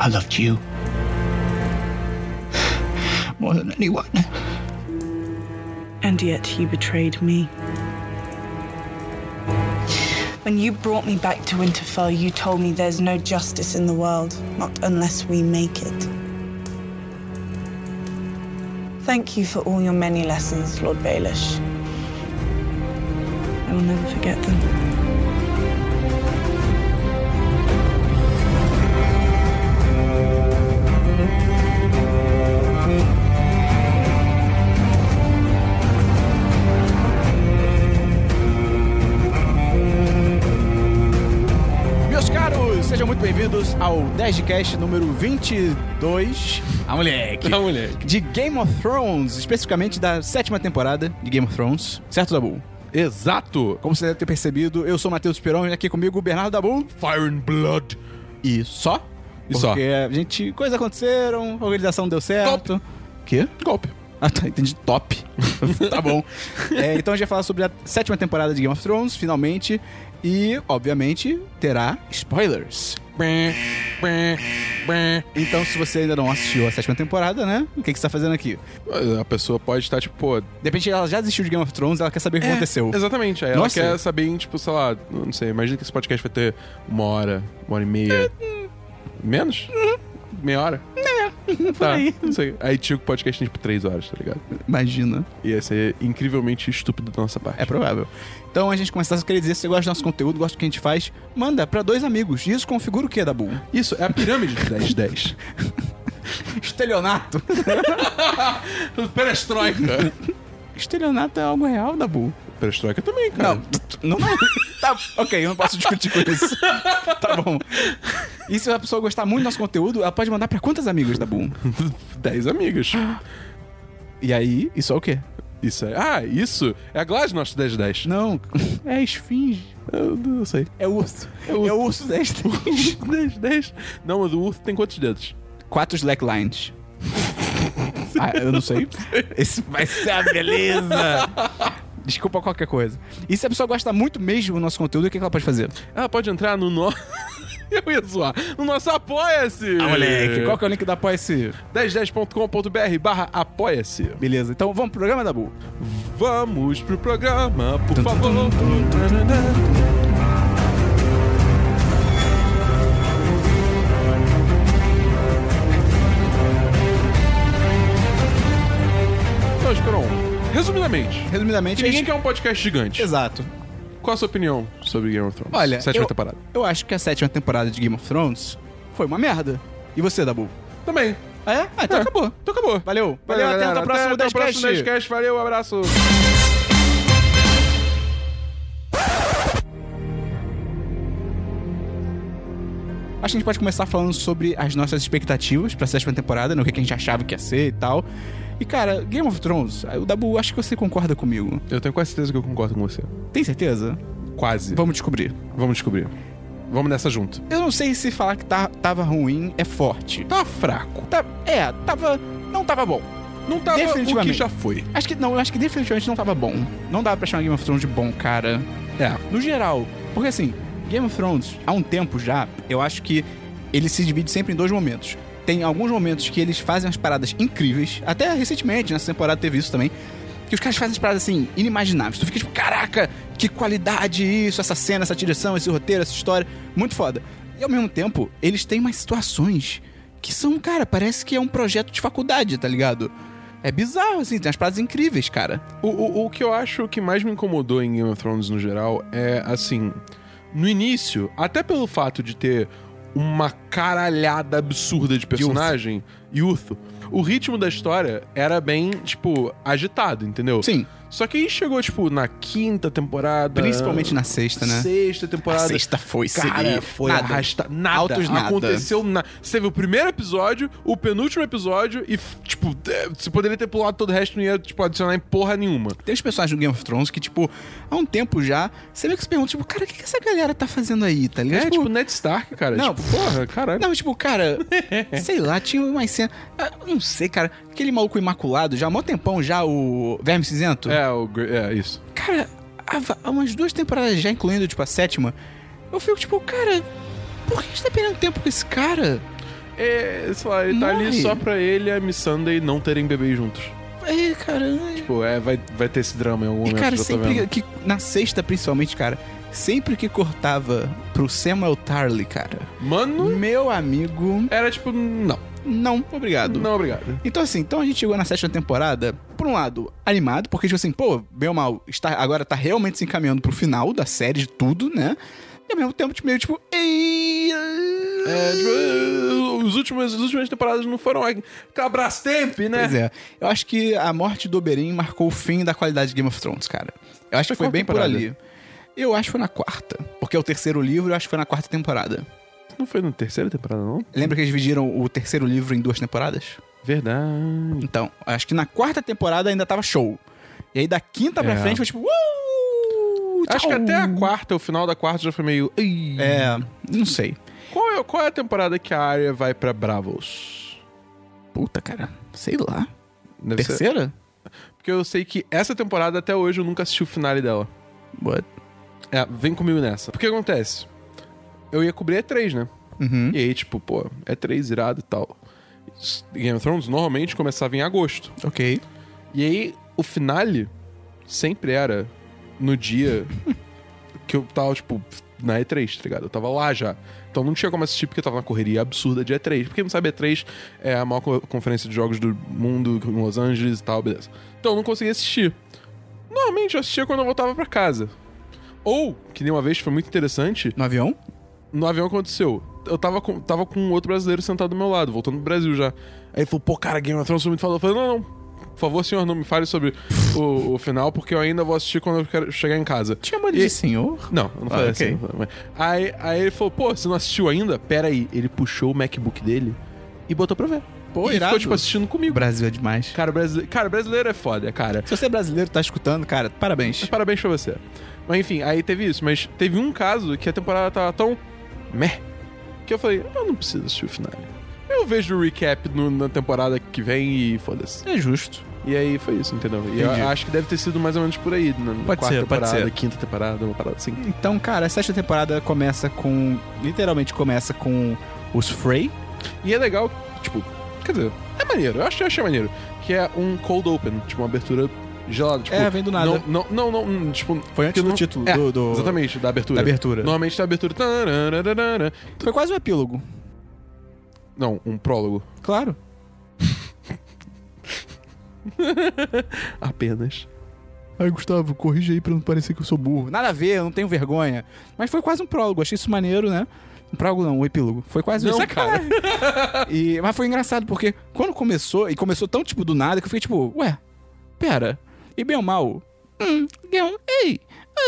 I loved you. More than anyone. And yet you betrayed me. When you brought me back to Winterfell, you told me there's no justice in the world, not unless we make it. Thank you for all your many lessons, Lord Baelish. I will never forget them. Meus caros, sejam muito bem-vindos ao 10 de cast número 22 A moleque. Não, moleque. Ah, de Game of Thrones, especificamente da sétima temporada de Game of Thrones, certo, Dabu? Exato. Como você deve ter percebido, eu sou o Matheus Peron e aqui comigo o Bernardo Dabu Fire and Blood. e só. E só. Porque a gente. Coisas aconteceram, a organização deu certo. O Quê? Golpe. Ah, tá, entendi. Top. tá bom. É, então a gente vai falar sobre a sétima temporada de Game of Thrones, finalmente. E, obviamente, terá spoilers. Brum, brum, brum. Então, se você ainda não assistiu a sétima temporada, né? O que, que você tá fazendo aqui? A pessoa pode estar, tipo, pô. De repente ela já desistiu de Game of Thrones, ela quer saber o que é, aconteceu. Exatamente. Aí ela Nossa. quer saber, tipo, sei lá, não sei, imagina que esse podcast vai ter uma hora, uma hora e meia. Menos? Meia hora? É, tá, aí. Não sei. Aí tinha o podcast tem, tipo três horas, tá ligado? Imagina. Ia ser incrivelmente estúpido da nossa parte. É provável. Então a gente começar a querer dizer se você gosta do nosso conteúdo, gosta do que a gente faz, manda pra dois amigos. E isso configura o quê, Dabu? Isso, é a pirâmide de 10 de 10. Estelionato. Perestroika. Estelionato é algo real, Dabu? Perestroika também, cara. Não, não. Tá, ok, eu não posso discutir com isso. Tá bom. E se a pessoa gostar muito do nosso conteúdo, ela pode mandar pra quantos amigos, Dabu? 10 amigas. E aí, isso é o quê? Isso é. Ah, isso é a Glasnost 10 de 10. Não, é esfinge. Eu não sei. É urso. É urso. urso 10 10, 10. Não, mas o urso tem quantos dedos? Quatro slacklines. ah, eu não sei. Esse vai ser a beleza. Desculpa qualquer coisa. E se a pessoa gosta muito mesmo do nosso conteúdo, o que que ela pode fazer? Ela Ah, pode entrar no nosso. Eu ia zoar. No nosso Apoia-se! Qual que é o link da Apoia-se? 1010.com.br barra apoia-se. Beleza, então vamos pro programa, Dabu? Vamos pro programa, por favor. Então, Esperon, resumidamente, Resumidamente, ninguém a gente- quer um podcast gigante. é Exato. Qual a sua opinião sobre Game of Thrones? Olha, sétima eu- temporada. Eu acho que a sétima temporada de Game of Thrones foi uma merda. E você, Dabu? Também. Ah, é? Ah, então É. acabou. Então acabou. Valeu. Valeu, até galera. o próximo até o próximo 10cast. 10cast. Valeu, abraço. Acho que a gente pode começar falando sobre as nossas expectativas pra sétima temporada, né? O que que a gente achava que ia ser e tal. E, cara, Game of Thrones, ah, o Dabu, acho que você concorda comigo. Eu tenho quase certeza que eu concordo com você. Tem certeza? Quase. Vamos descobrir. Vamos descobrir. Vamos nessa junto. Eu não sei se falar que tá- tava ruim é forte. Tá fraco. Tá- é, tava. Não tava bom. Não tava o que Definitivamente. já foi. Acho que. Não, eu acho que definitivamente não tava bom. Não dava pra chamar Game of Thrones de bom, cara. É. No geral, porque assim, Game of Thrones, há um tempo já, eu acho que ele se divide sempre em dois momentos. Tem alguns momentos que eles fazem umas paradas incríveis, até recentemente, nessa temporada teve isso também, que os caras fazem as paradas assim, inimagináveis. Tu fica tipo, caraca, que qualidade isso, essa cena, essa direção, esse roteiro, essa história, muito foda. E ao mesmo tempo, eles têm umas situações que são, cara, parece que é um projeto de faculdade, tá ligado? É bizarro, assim, tem umas paradas incríveis, cara. O, o, o que eu acho que mais me incomodou em Game of Thrones no geral é, assim... No início, até pelo fato de ter uma caralhada absurda de personagem... E urso. O ritmo da história era bem, tipo, agitado, entendeu? Sim, Só que aí chegou, tipo, na quinta temporada... principalmente na sexta, né? Sexta temporada. A sexta foi, Cara, seria. foi Nada. arrasta nada. Altos nada. Aconteceu nada. Você teve o primeiro episódio, o penúltimo episódio e, f- tipo, é, você poderia ter pulado todo o resto não ia, tipo, adicionar em porra nenhuma. Tem os personagens do Game of Thrones que, tipo, há um tempo já, você meio que se pergunta, tipo, cara, o que, que essa galera tá fazendo aí, tá É, ligado? tipo, Ned Stark, cara. Não, tipo, porra, caralho. Não, tipo, cara, sei lá, tinha umas cenas. ah, Não sei, cara. Aquele maluco imaculado, já há mó tempão já, o Verme Cinzento. É, o, Gre- é, isso. Cara, há va- há umas duas temporadas já, incluindo, tipo, a sétima, eu fico, tipo, cara, por que a gente tá perdendo tempo com esse cara? é, sei lá, ele tá ali Morre. só pra ele e a Miss Sunday não terem bebês juntos. Ih, caramba. Tipo, é, vai, vai ter esse drama em algum E, momento. cara, já tô sempre vendo. que. Na sexta, principalmente, cara. Sempre que cortava pro Samuel Tarly, cara. Mano, Meu amigo. era tipo, não. Não, obrigado. Não, obrigado. Então, assim, então a gente chegou na sétima temporada, por um lado, animado, porque, tipo assim, pô, bem ou mal, está, agora tá realmente se encaminhando pro final da série de tudo, né? E ao mesmo tempo, tipo, meio tipo. "Ei, É, tipo, eh, os últimos, as últimas temporadas não foram. Cabra Stamp, né? Pois é. Eu acho que a morte do Oberyn marcou o fim da qualidade de Game of Thrones, cara. Eu acho que foi Qual bem por temporada? ali. Eu acho que foi na quarta. Porque é o terceiro livro, eu acho que foi na quarta temporada. Não foi na terceira temporada, não? Lembra que eles dividiram o terceiro livro em duas temporadas? Verdade. Então, acho que na quarta temporada ainda tava show. E aí da quinta pra É. frente foi tipo. "Uh, Acho que tchau." até a quarta, o final da quarta já foi meio. "Ei". É, não sei. Qual, é, qual é a temporada que a área vai pra Bravos? Puta, cara. Sei lá. Deve ser- Terceira? Porque eu sei que essa temporada até hoje eu nunca assisti o finale dela. What? É, vem comigo nessa. Porque acontece? Eu ia cobrir E3, né? Uhum. E aí, tipo, pô, E3 irado e tal. Game of Thrones normalmente começava em agosto. Ok. E aí, o finale sempre era no dia que eu tava, tipo, na E3, tá ligado? Eu tava lá já. Então não tinha como assistir porque eu tava na correria absurda de E3. Pra quem não sabe, E3 é a maior co- conferência de jogos do mundo, em Los Angeles e tal, beleza. Então eu não conseguia assistir. Normalmente eu assistia quando eu voltava pra casa. Ou, que nem uma vez foi muito interessante, No avião? no avião aconteceu. Eu tava com, tava com um outro brasileiro sentado do meu lado, voltando pro Brasil já. Aí ele falou, pô, cara, Game of Thrones foi muito falado. Eu falei, não, não. Por favor, senhor, não me fale sobre o, o final, porque eu ainda vou assistir quando eu quero chegar em casa. Chama ele E- de senhor? Não, eu não falei Ah, ok. assim. não falei, mas- Aí, aí ele falou, pô, você não assistiu ainda? Pera aí. Ele puxou o MacBook dele e botou pra ver. Pô, e irado. ficou, tipo, assistindo O comigo. Brasil é demais. Cara, brasileiro, cara, brasileiro é foda, cara. Se você é brasileiro e tá escutando, cara, parabéns. Mas parabéns pra você. Mas enfim, aí teve isso. Mas teve um caso que a temporada tava tão meh que eu falei, eu não preciso assistir o final. Eu vejo o recap no- na temporada que vem e foda-se. É justo. E aí foi isso, entendeu? E eu Entendi. acho que deve ter sido mais ou menos por aí, na Pode quarta ser, pode temporada, ser. quinta temporada, uma parada assim. Então, cara, a sexta temporada começa com. Literalmente começa com os Frey. E é legal, tipo, quer dizer, é maneiro, eu achei, eu achei maneiro. Que é um cold open, tipo, uma abertura gelada. Tipo, É, vem do nada. Não, não, não, não, tipo. Foi antes que do não- título, é, do- do- Exatamente, da abertura. da abertura. Normalmente da abertura. tararararara. Foi quase um epílogo. Não, um prólogo. Claro. Apenas. Ai, Gustavo, corrige aí pra não parecer que eu sou burro. Nada a ver, eu não tenho vergonha. Mas foi quase um prólogo, achei isso maneiro, né? Um prólogo não, um epílogo. Foi quase Não, isso. Sacanagem. E, mas foi engraçado, porque quando começou, e começou tão tipo do nada, que eu fiquei tipo, ué, pera. E bem ou mal, hum, deu um, ei,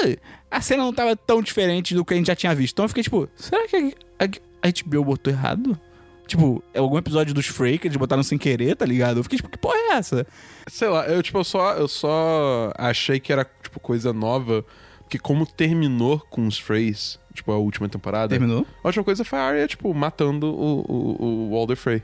ei. A cena não tava tão diferente do que a gente já tinha visto. Então eu fiquei tipo, será que a, a, a HBO botou errado? Tipo, é algum episódio dos Frey que eles botaram sem querer, tá ligado? Eu fiquei tipo, que porra é essa? Sei lá, eu tipo, eu só, eu só achei que era, tipo, coisa nova. Porque como terminou com os Freys, tipo, a última temporada. Terminou? A última coisa foi a Arya, tipo, matando o, o, o Walder Frey.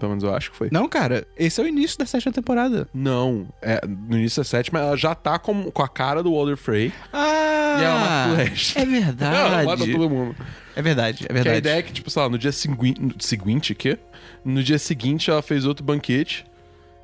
Pelo menos eu acho que foi. Não, cara, esse é o início da sétima temporada. Não, é, no início da sétima, ela já tá com, com a cara do Walder Frey. Ah! E ela mata o resto. É Ela verdade. mata todo mundo. É verdade, é Porque verdade. a ideia é que, tipo, sei lá, no dia segui no seguinte, quê? No dia seguinte ela fez outro banquete.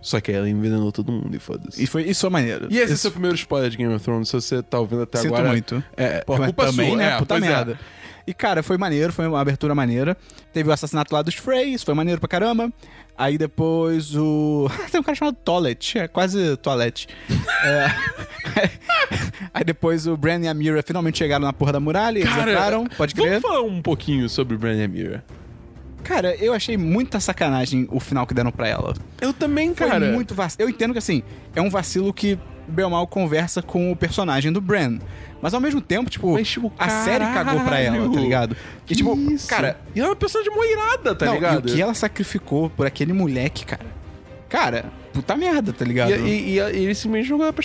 Só que aí ela envenenou todo mundo e foda-se. E foi isso é maneiro. E esse é o seu primeiro spoiler de Game of Thrones, se você tá ouvindo até Sinto agora. muito. É, Pô, é mas culpa também, sua, né? é, Puta pois é. merda. E, cara, foi maneiro, foi uma abertura maneira. Teve o assassinato lá dos Frey, isso foi maneiro pra caramba. Aí depois o. Tem um cara chamado Toilet, é quase Toilette. É. Aí depois o Bran e a Mira finalmente chegaram na porra da muralha, eles Cara, entraram, pode crer. Vamos falar um pouquinho sobre Brand Amira. Cara, eu achei muita sacanagem o final que deram pra ela. Eu também, Foi cara. muito vacilo. Eu entendo que, assim, é um vacilo que bem ou mal conversa com o personagem do Bran. Mas ao mesmo tempo, tipo, Mas, tipo, a série cagou pra ela, caralho. tá ligado? E, tipo, cara, e ela é uma personagem moirada, tá não, e o ligado? que ela sacrificou por aquele moleque, cara? Cara, puta merda, tá ligado? E, e- e- e ele simplesmente jogou ela pra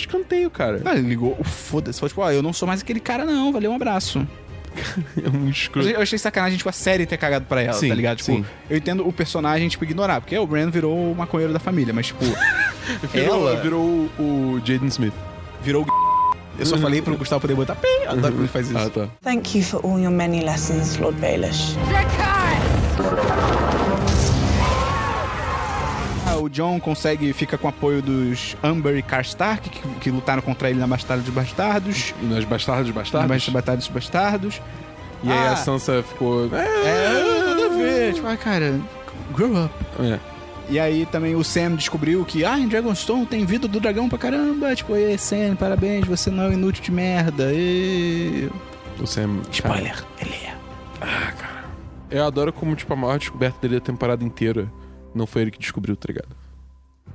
escanteio, cara. Não, ele ligou, o foda-se, falou, tipo, ó, eu não sou mais aquele cara, não, valeu, um abraço. É muito Eu escroto. achei- eu achei sacanagem, tipo, a série ter cagado pra ela, Sim, tá ligado? Tipo, sim. eu entendo o personagem, tipo, ignorar, porque o Bran virou o maconheiro da família, mas, tipo, Virou, ela- virou o, o Jaden Smith. virou o Eu só falei pro Gustavo poder botar, pim, eu adoro quando ele faz isso. Ah, tá. Thank you for all your many lessons, Lord Baelish. Ah, o John consegue, fica com o apoio dos Amber e Karstark, que, que lutaram contra ele na Batalha dos Bastardos. E Nas bastardas Na bastardas. Batalha dos Bastardos. E aí Ah. a Sansa ficou. É, nada a ver. Tipo, ah, cara, grow up. É. E aí também o Sam descobriu que, ah, em Dragonstone tem vida do dragão pra caramba. Tipo, e Sam, parabéns, você não é um inútil de merda. E... O Sam. Spoiler, ele é. é, Eu adoro como, tipo, a maior descoberta dele da temporada inteira não foi ele que descobriu, tá ligado?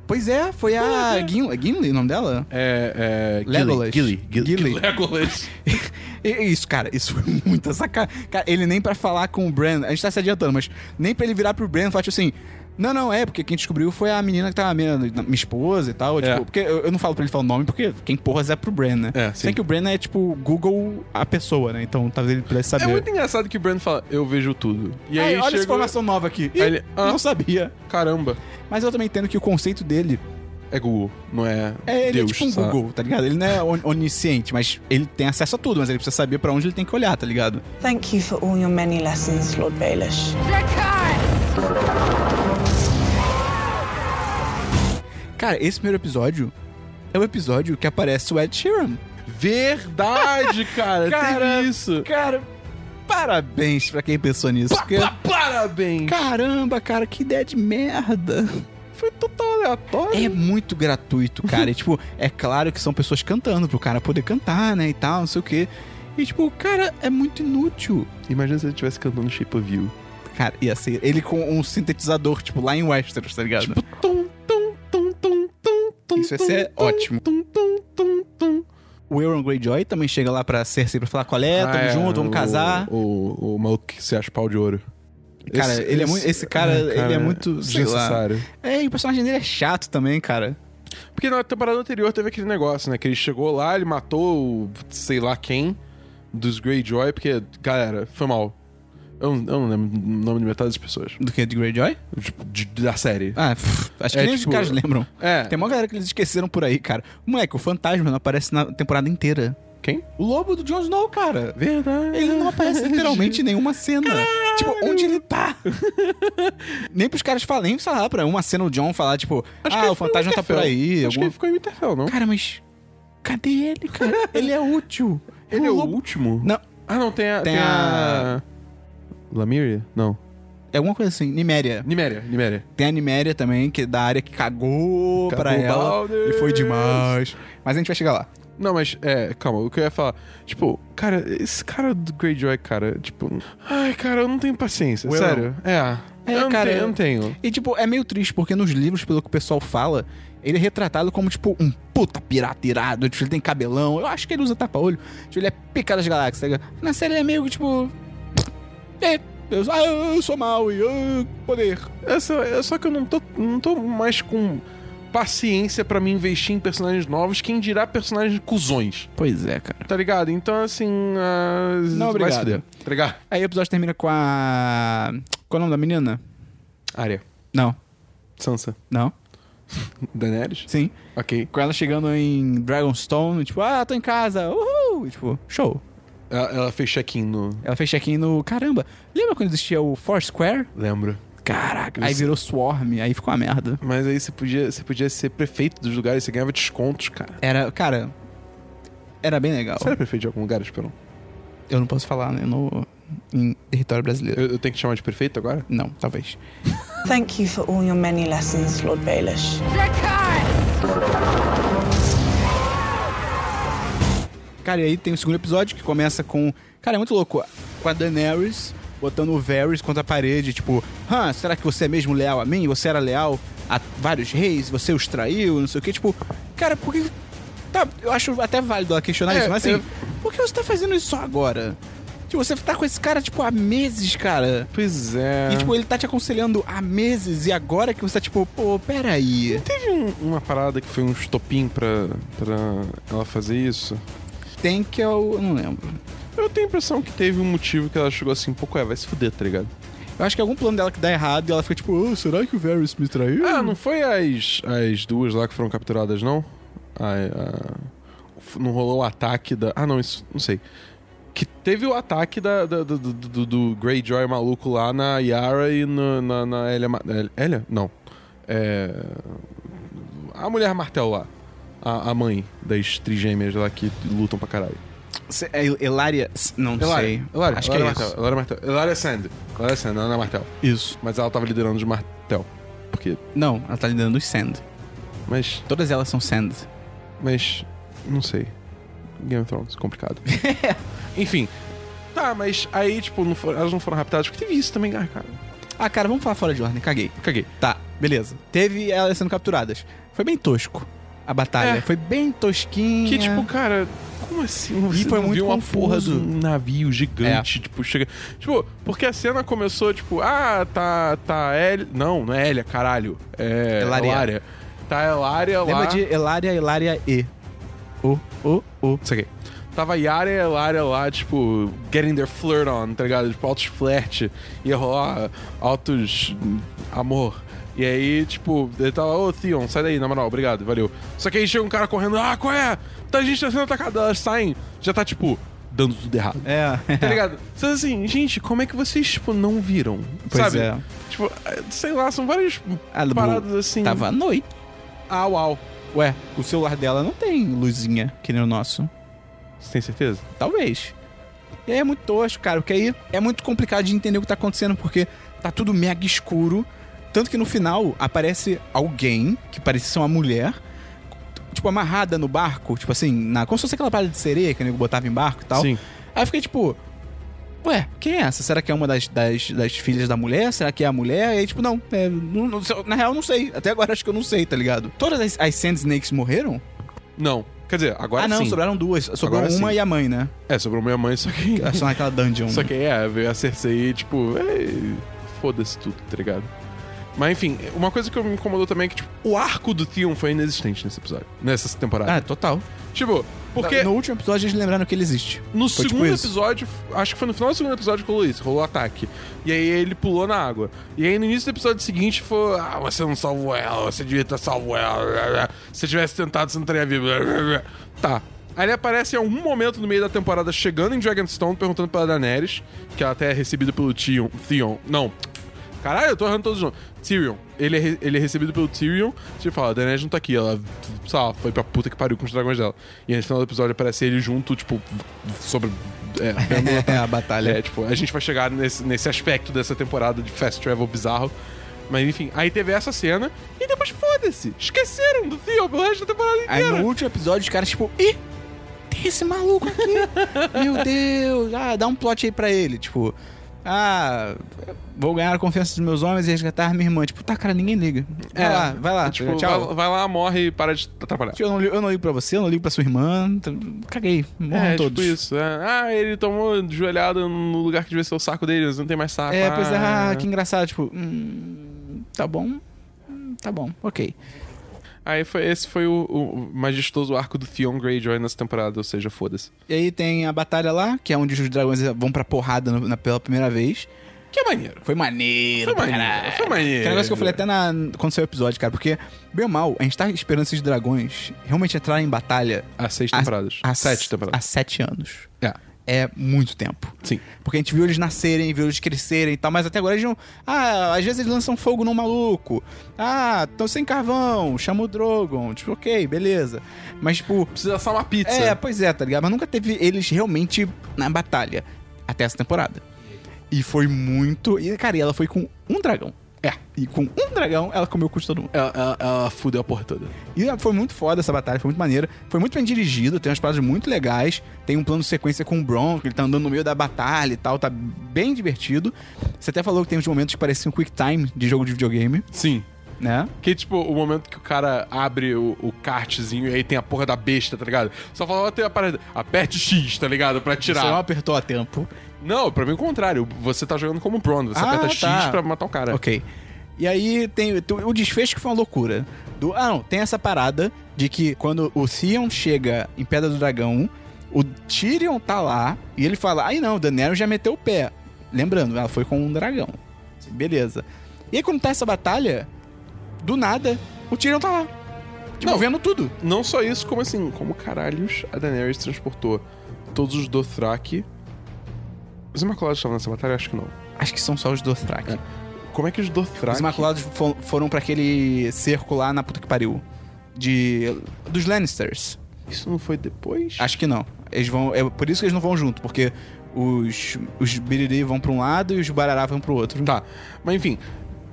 Pois é, foi a Gim- Gimli, o nome dela? É. é Gilly, Legolas. Gilly. Gilly. Gilly. Legolas. E- e Isso, cara, isso foi muita sacanagem. Cara, ele nem pra falar com o Bran, a gente tá se adiantando, mas nem pra ele virar pro Bran e falar, tipo assim. Não, não, é, porque quem descobriu foi a menina que tava minha, minha esposa e tal. É. Tipo, porque eu, eu não falo pra ele falar o nome, porque quem porras é pro Bran, né? É, Sei sim. que o Bran é, tipo, Google a pessoa, né? Então talvez ele pudesse É saber. muito engraçado que o Brand fala, eu vejo tudo. E Ai, aí, olha chega... essa informação nova aqui. Ih, Aí ele, ah. Não sabia. Caramba. Mas eu também entendo que o conceito dele É Google, não é. é ele Deus, é tipo um sabe? Google, tá ligado? Ele não é on- onisciente, mas ele tem acesso a tudo, mas ele precisa saber pra onde ele tem que olhar, tá ligado? Thank you for all your many lessons, Lord Baelish. Cara, esse primeiro episódio é o episódio que aparece o Ed Sheeran. Verdade, cara. Cara, Teve isso. Cara, parabéns pra quem pensou nisso. porque- Pa- Parabéns. Caramba, cara, que ideia de merda. Foi total aleatório. É muito gratuito, cara. e, tipo, é claro que são pessoas cantando pro cara poder cantar, né, e tal, não sei o quê. E, tipo, cara, é muito inútil. Imagina se ele estivesse cantando Shape of You. Cara, ia ser ele com um sintetizador, tipo, lá em Westeros, tá ligado? Tipo, tum, tum, tum, tum, tum, tum. Isso ia ser tum, ótimo. Tum, tum, tum, tum. O Euron Greyjoy também chega lá pra Cersei pra falar qual é, tamo Ah, é, junto, vamos o- casar. O, o maluco que se acha pau de ouro. Cara, ele é muito- esse cara, ele é muito, sei lá. desnecessário. É, e o personagem dele é chato também, cara. Porque na temporada anterior teve aquele negócio, né? Que ele chegou lá, ele matou o sei lá quem dos Greyjoy, porque, galera, foi mal. Eu, não- eu não lembro o nome de metade das pessoas. Do que? De Greyjoy? Tipo, de- da série. Ah, pff, acho que É, nem tipo, os caras lembram. É. Tem uma galera que eles esqueceram por aí, cara. Moleque, o fantasma não aparece na temporada inteira. Quem? O lobo do Jon Snow, cara. Verdade. Ele não aparece literalmente em nenhuma cena. Tipo, onde ele tá? nem pros caras falarem, nem sei lá, pra uma cena o John falar, tipo, que é ah, ele o foi em fantasma tá por Winterfell. aí. Acho que é alguma- ele ficou em Winterfell, não? Cara, mas cadê ele, cara? ele é útil. ele é o lobo- último? Não, Ah, não, tem a... Tem Tem, a... Lamiria? Não. é alguma coisa assim, Niméria. Niméria, Niméria. Tem a Niméria também, que é da área que cagou, Cagou pra ela. baldes. E foi demais. Mas a gente vai chegar lá. Não, mas, é, calma, o que eu ia falar. Tipo, cara, esse cara do Greyjoy, cara, tipo. Ai, cara, eu não tenho paciência, Will. sério. É. É, eu, não cara, tenho, eu não tenho. E, tipo, é meio triste, porque nos livros, pelo que o pessoal fala, ele é retratado como, tipo, um puta pirata irado. Tipo, ele tem cabelão. Eu acho que ele usa tapa-olho. Tipo, ele é pica das galáxias. tá ligado? Na série, ele é meio que, tipo... É, eu, ah, eu sou mal e eu... poder. É só, é só que eu não tô, não tô mais com paciência pra me investir em personagens novos, quem dirá personagens cuzões, Pois é, cara. tá ligado? Então, assim. ah, Não, vai se obrigado. fuder, Tá ligado? Aí o episódio termina com a... Qual é o nome da menina? Área. Não. Sansa. Não. Daenerys? Sim. Ok. Com ela chegando em Dragonstone, tipo, ah, tô em casa, uhul! E, Tipo, show. Ela, ela fez check-in no. Ela fez check-in no. Caramba, lembra quando existia o Foursquare? Lembro. Caraca, aí Isso. virou Swarm, aí ficou uma merda. Mas aí você podia, você podia ser prefeito dos lugares, você ganhava descontos, cara. Era, cara. Era bem legal. Você era prefeito de algum lugar, Esperão? Eu não posso falar, né? No, em território brasileiro. Eu, eu tenho que te chamar de prefeito agora? Não, talvez. Thank you for all your many lessons, Lord Baelish. Cara, e aí tem o segundo episódio que começa com. Cara, é muito louco. Com a Daenerys botando o Varys contra a parede, tipo, Hã, será que você é mesmo leal a mim? Você era leal a vários reis, você os traiu, não sei o quê. Tipo, cara, por que. Tá, eu acho até válido ela questionar É, isso, mas assim, eu- por que você tá fazendo isso só agora? Tipo, você tá com esse cara, tipo, há meses, cara. Pois é. E, tipo, ele tá te aconselhando há meses e agora que você tá, tipo, pô, peraí. teve um- uma parada que foi um estopim pra, pra ela fazer isso. Tem que eu. eu não lembro. Eu tenho a impressão que teve um motivo que ela chegou assim, pô, é, vai se fuder, tá ligado? Eu acho que é algum plano dela que dá errado e ela fica, tipo, "Ah, será que o Varys me traiu? Ah, não foi as, as duas lá que foram capturadas, não? A- a- f- não rolou o ataque da. Ah, não, isso. Não sei. Que teve o ataque da, da- do, do, do- do Greyjoy maluco lá na Yara e no- na, na Elia. Ma- El- Elia? Não. é, a mulher martelo lá. A, a mãe das trigêmeas lá que lutam pra caralho. Se- é El- Elaria. S- Não Elaria, sei. Elaria, Acho que Elaria é Martel, Elaria Martel. Elaria Sand. Elaria Sand, ela não é Martel. isso. Isso. Mas ela tava liderando de Martel. Porque... Não, ela tá lidando os Sand. Mas... Todas elas são Sand. Mas... Não sei. Game of Thrones, complicado. Enfim. Tá, mas aí, tipo, não for- elas não foram raptadas. Porque teve isso também, ah, cara. Ah, cara, vamos falar fora de ordem. Caguei. Caguei. Tá, beleza. Teve elas sendo capturadas. Foi bem tosco a batalha. É. Foi bem tosquinha. Que, tipo, cara, como assim? Você foi não muito viu uma confuso. porra de um navio É. gigante, tipo, chega. Tipo, porque a cena começou, tipo, ah, tá. Tá El... Não, não é Elia, caralho. É. Elaria. Elária. Tá Elária lá. Lembra de Elaria, Elaria E. O, o, o. Isso aqui. Tava Yara e Elária lá, tipo, getting their flirt on, tá ligado? Tipo, altos flerte. Ia rolar altos hum, amor. E aí, tipo, ele tava, ô Theon, sai daí, na moral, obrigado, valeu. Só que aí chega um cara correndo, ah, qual é? Tá, a gente tá sendo atacado, elas saem. Já tá, tipo, dando tudo errado. É. Tá ligado? Então, assim, gente, como é que vocês, tipo, não viram? Pois sabe? é. Tipo, sei lá, são várias A Lu paradas assim. Ah, Tava à noite. Au, au. Ué, o celular dela não tem luzinha, que nem o nosso. Você tem certeza? Talvez. E aí é muito tosco, cara, porque aí é muito complicado de entender o que tá acontecendo, porque tá tudo mega escuro. Tanto que no final aparece alguém, que parecia ser uma mulher, tipo, amarrada no barco, tipo assim, na, como se fosse aquela parada de sereia que o nego botava em barco e tal. Sim. Aí eu fiquei tipo, ué, quem é essa? Será que é uma das, das, das filhas da mulher? Será que é a mulher? E aí, tipo, não, é, não- não- na real, não sei. Até agora acho que eu não sei, tá ligado? Todas as, as Sand Snakes morreram? Não. Quer dizer, agora ah, não, sim. sobraram duas. Sobrou Agora uma sim. e a mãe, né? é É, sobrou minha mãe, só que. Só naquela dungeon. né? só que é, veio a Cersei, tipo, é, foda-se tudo, tá ligado? Mas enfim, uma coisa que me incomodou também é que, tipo, o arco do Theon foi inexistente nesse episódio. Nessa temporada. Ah, total. Tipo, porque No último episódio eles lembraram que ele existe. no foi segundo tipo isso. episódio, acho que foi no final do segundo episódio que rolou isso, rolou o ataque. E aí ele pulou na água. E aí no início do episódio seguinte foi: Ah, você não salvou ela, você devia ter salvo ela. blá, blá. Se você tivesse tentado, você não teria vivo. blá, blá, blá." Tá. Aí ele aparece em algum momento no meio da temporada, chegando em Dragonstone, perguntando pela Daenerys, que ela até é recebida pelo Theon. Theon. Não. Caralho, eu tô errando todos os nomes. Tyrion. Ele é, re- ele é recebido pelo Tyrion. Você fala, a Daenerys não tá aqui. Ela, sei lá, foi pra puta que pariu com os dragões dela. E aí, no final do episódio aparece ele junto, tipo, sobre... É, vendo É, a batalha. é, tipo, a gente vai chegar nesse, nesse aspecto dessa temporada de fast travel bizarro. Mas enfim, aí teve essa cena e depois foda-se. Esqueceram do Theo pelo resto da temporada Aí inteira. no último episódio os caras, tipo, ih, tem esse maluco aqui. Meu Deus, ah, dá um plot aí pra ele. Tipo, ah, vou ganhar a confiança dos meus homens e resgatar minha irmã. Tipo, tá, cara, ninguém liga. Vai lá, vai lá. Tipo, Ah, tchau. Vai, vai lá, morre e para de atrapalhar. Tio, Eu, não, li- eu não ligo pra você, eu não ligo pra sua irmã. t- Caguei, morram é, todos. tipo isso. é. Ah, ele tomou joelhada no lugar que devia ser o saco dele, mas não tem mais saco. É, pois é, ah, que engraçado. Tipo, hum, tá bom, hum, tá bom, ok. Aí foi, esse foi o, o majestoso arco do Theon Greyjoy nessa temporada, ou seja, foda-se. E aí tem a batalha lá, que é onde os dragões vão pra porrada no- na- pela primeira vez. Que é maneiro. Foi maneiro, Foi pra maneiro, caralho. foi maneiro. Que é um negócio que eu falei até na, quando saiu o episódio, cara, porque, bem ou mal, a gente tá esperando esses dragões realmente entrarem em batalha Há seis temporadas. há, Sete há temporadas. sete anos. É. É muito tempo. Sim. Porque a gente viu eles nascerem, viu eles crescerem e tal, mas até agora eles não. Ah, às vezes eles lançam fogo num maluco. Ah, tão sem carvão, chama o Drogon. Tipo, ok, beleza. Mas, tipo. Precisa assar uma pizza. É, pois é, tá ligado? Mas nunca teve eles realmente na batalha. Até essa temporada. E foi muito. E, cara, e ela foi com um dragão. É, e com um dragão ela comeu o custo de todo mundo. Ela, ela, ela fudeu a porra toda. E foi muito foda essa batalha, foi muito maneira. Foi muito bem dirigido, tem umas paradas muito legais. Tem um plano de sequência com o Bronco, ele tá andando no meio da batalha e tal, tá bem divertido. Você até falou que tem uns momentos que pareciam quick time de jogo de videogame, Sim. né? Que, tipo, o momento que o cara abre o, o kartzinho e aí tem a porra da besta, tá ligado? Só falava ter a parada, aperte X, tá ligado? Pra tirar. Você não apertou a tempo. Não, pra mim é o contrário. Você tá jogando como Bron, você Ah, aperta X tá. pra matar o cara. Ok. E aí tem tem o desfecho que foi uma loucura. Do, ah, não, tem essa parada de que quando o Theon chega em Pedra do Dragão, um, o Tyrion tá lá e ele fala: "Ai não, Daenerys já meteu o pé". Lembrando, ela foi com um dragão. Beleza. E aí quando tá essa batalha, do nada, o Tyrion tá lá. Tipo, Não. vendo tudo. Não só isso, como assim, como caralhos a Daenerys transportou todos os Dothraki. Os Imaculados estavam nessa batalha? Acho que não. Acho que são só os Dothraki. Como é que os Os Dothraki... Imaculados fo- foram pra aquele cerco lá na puta que pariu. De. Dos Lannisters. Isso não foi depois? Acho que não. Eles vão. É por isso que eles não vão junto, porque os. Os Biriri vão pra um lado e os Barará vão pro outro. Tá. Mas enfim,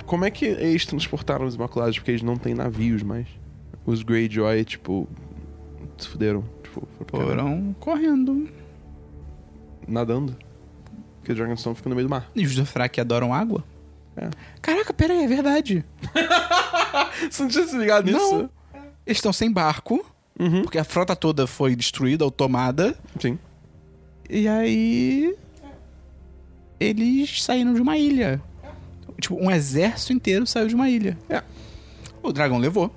como é que eles transportaram os Imaculados? Porque eles não têm navios mais. Os Greyjoy, tipo. Se fuderam. Tipo, foram pra cá. Foram correndo. nadando. Porque o Dragonstone fica no meio do mar. E os Dothraki adoram água? É. Caraca, pera aí, é verdade. Você não tinha se ligado Não. Eles estão sem barco, Uhum. porque a frota toda foi destruída ou tomada. Sim. E aí. Eles saíram de uma ilha. Tipo, um exército inteiro saiu de uma ilha. É. O dragão levou.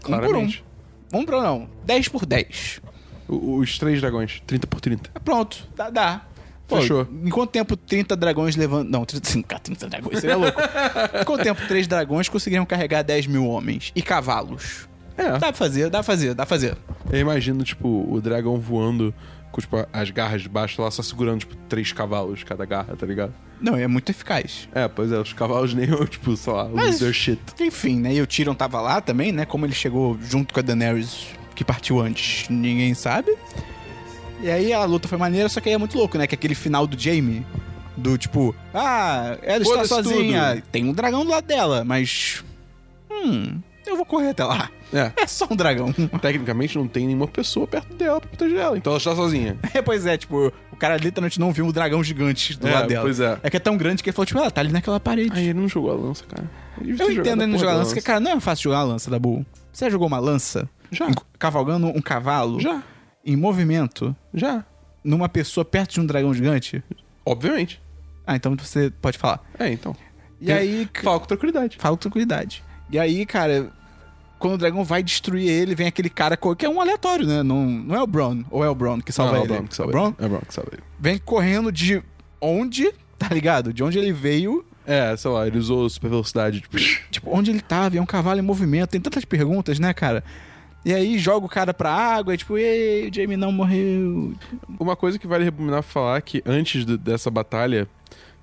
Claramente. Um por um. Um por um, não. 10 por 10. O- os três dragões, 30 por 30. É Pronto, dá. dá. Fechou. Em quanto tempo 30 dragões levando. Não, 30, 30 dragões, seria louco. em quanto tempo 3 dragões conseguiriam carregar 10 mil homens e cavalos? É. Dá pra fazer, dá pra fazer, dá pra fazer. Eu imagino, tipo, o dragão voando com tipo, as garras de baixo lá, só segurando, tipo, três cavalos cada garra, tá ligado? Não, é muito eficaz. É, pois é, os cavalos nem eu, tipo, sei lá, Mas- loser shit. Enfim, né? E o Tyrion tava lá também, né? Como ele chegou junto com a Daenerys, que partiu antes, ninguém sabe. E aí a luta foi maneira, só que aí é muito louco, né? Que aquele final do Jaime, do tipo, ah, ela está Foda-se sozinha, tem um dragão do lado dela, mas. Hum, eu vou correr até lá. É. É só um dragão. Tecnicamente não tem nenhuma pessoa perto dela pra proteger ela, então ela está sozinha. É, pois é, tipo, o cara literalmente não viu um dragão gigante do É, lado dela. pois é. É que é tão grande que ele falou, tipo, ela tá ali naquela parede. Aí ele não jogou a lança, cara. Ele devia Eu ter jogado entendo a ele não porra jogar da lança, porque, cara, não é fácil jogar uma lança da Bull. Você já jogou uma lança? Já. Em- cavalgando um cavalo? Já, Em movimento, já. numa pessoa perto de um dragão gigante? Obviamente. Ah, então você pode falar. É, então. E Tem- aí. ca- Fala com tranquilidade. Fala com tranquilidade. E aí, cara, quando o dragão vai destruir ele, vem aquele cara co- que é um aleatório, né? Não, não é o Bron. Ou é o Bron que salva Não, é o ele? Bron que salva É o Bron? ele. É o Bron que salva ele. Vem correndo de onde, tá ligado? De onde ele veio. É, sei lá, ele usou super velocidade, tipo... Tipo, onde ele tava? E é um cavalo em movimento. Tem tantas perguntas, né, cara? E aí joga o cara pra água e tipo, ei, o Jamie não morreu. Uma coisa que vale rebobinar falar é que antes do- dessa batalha,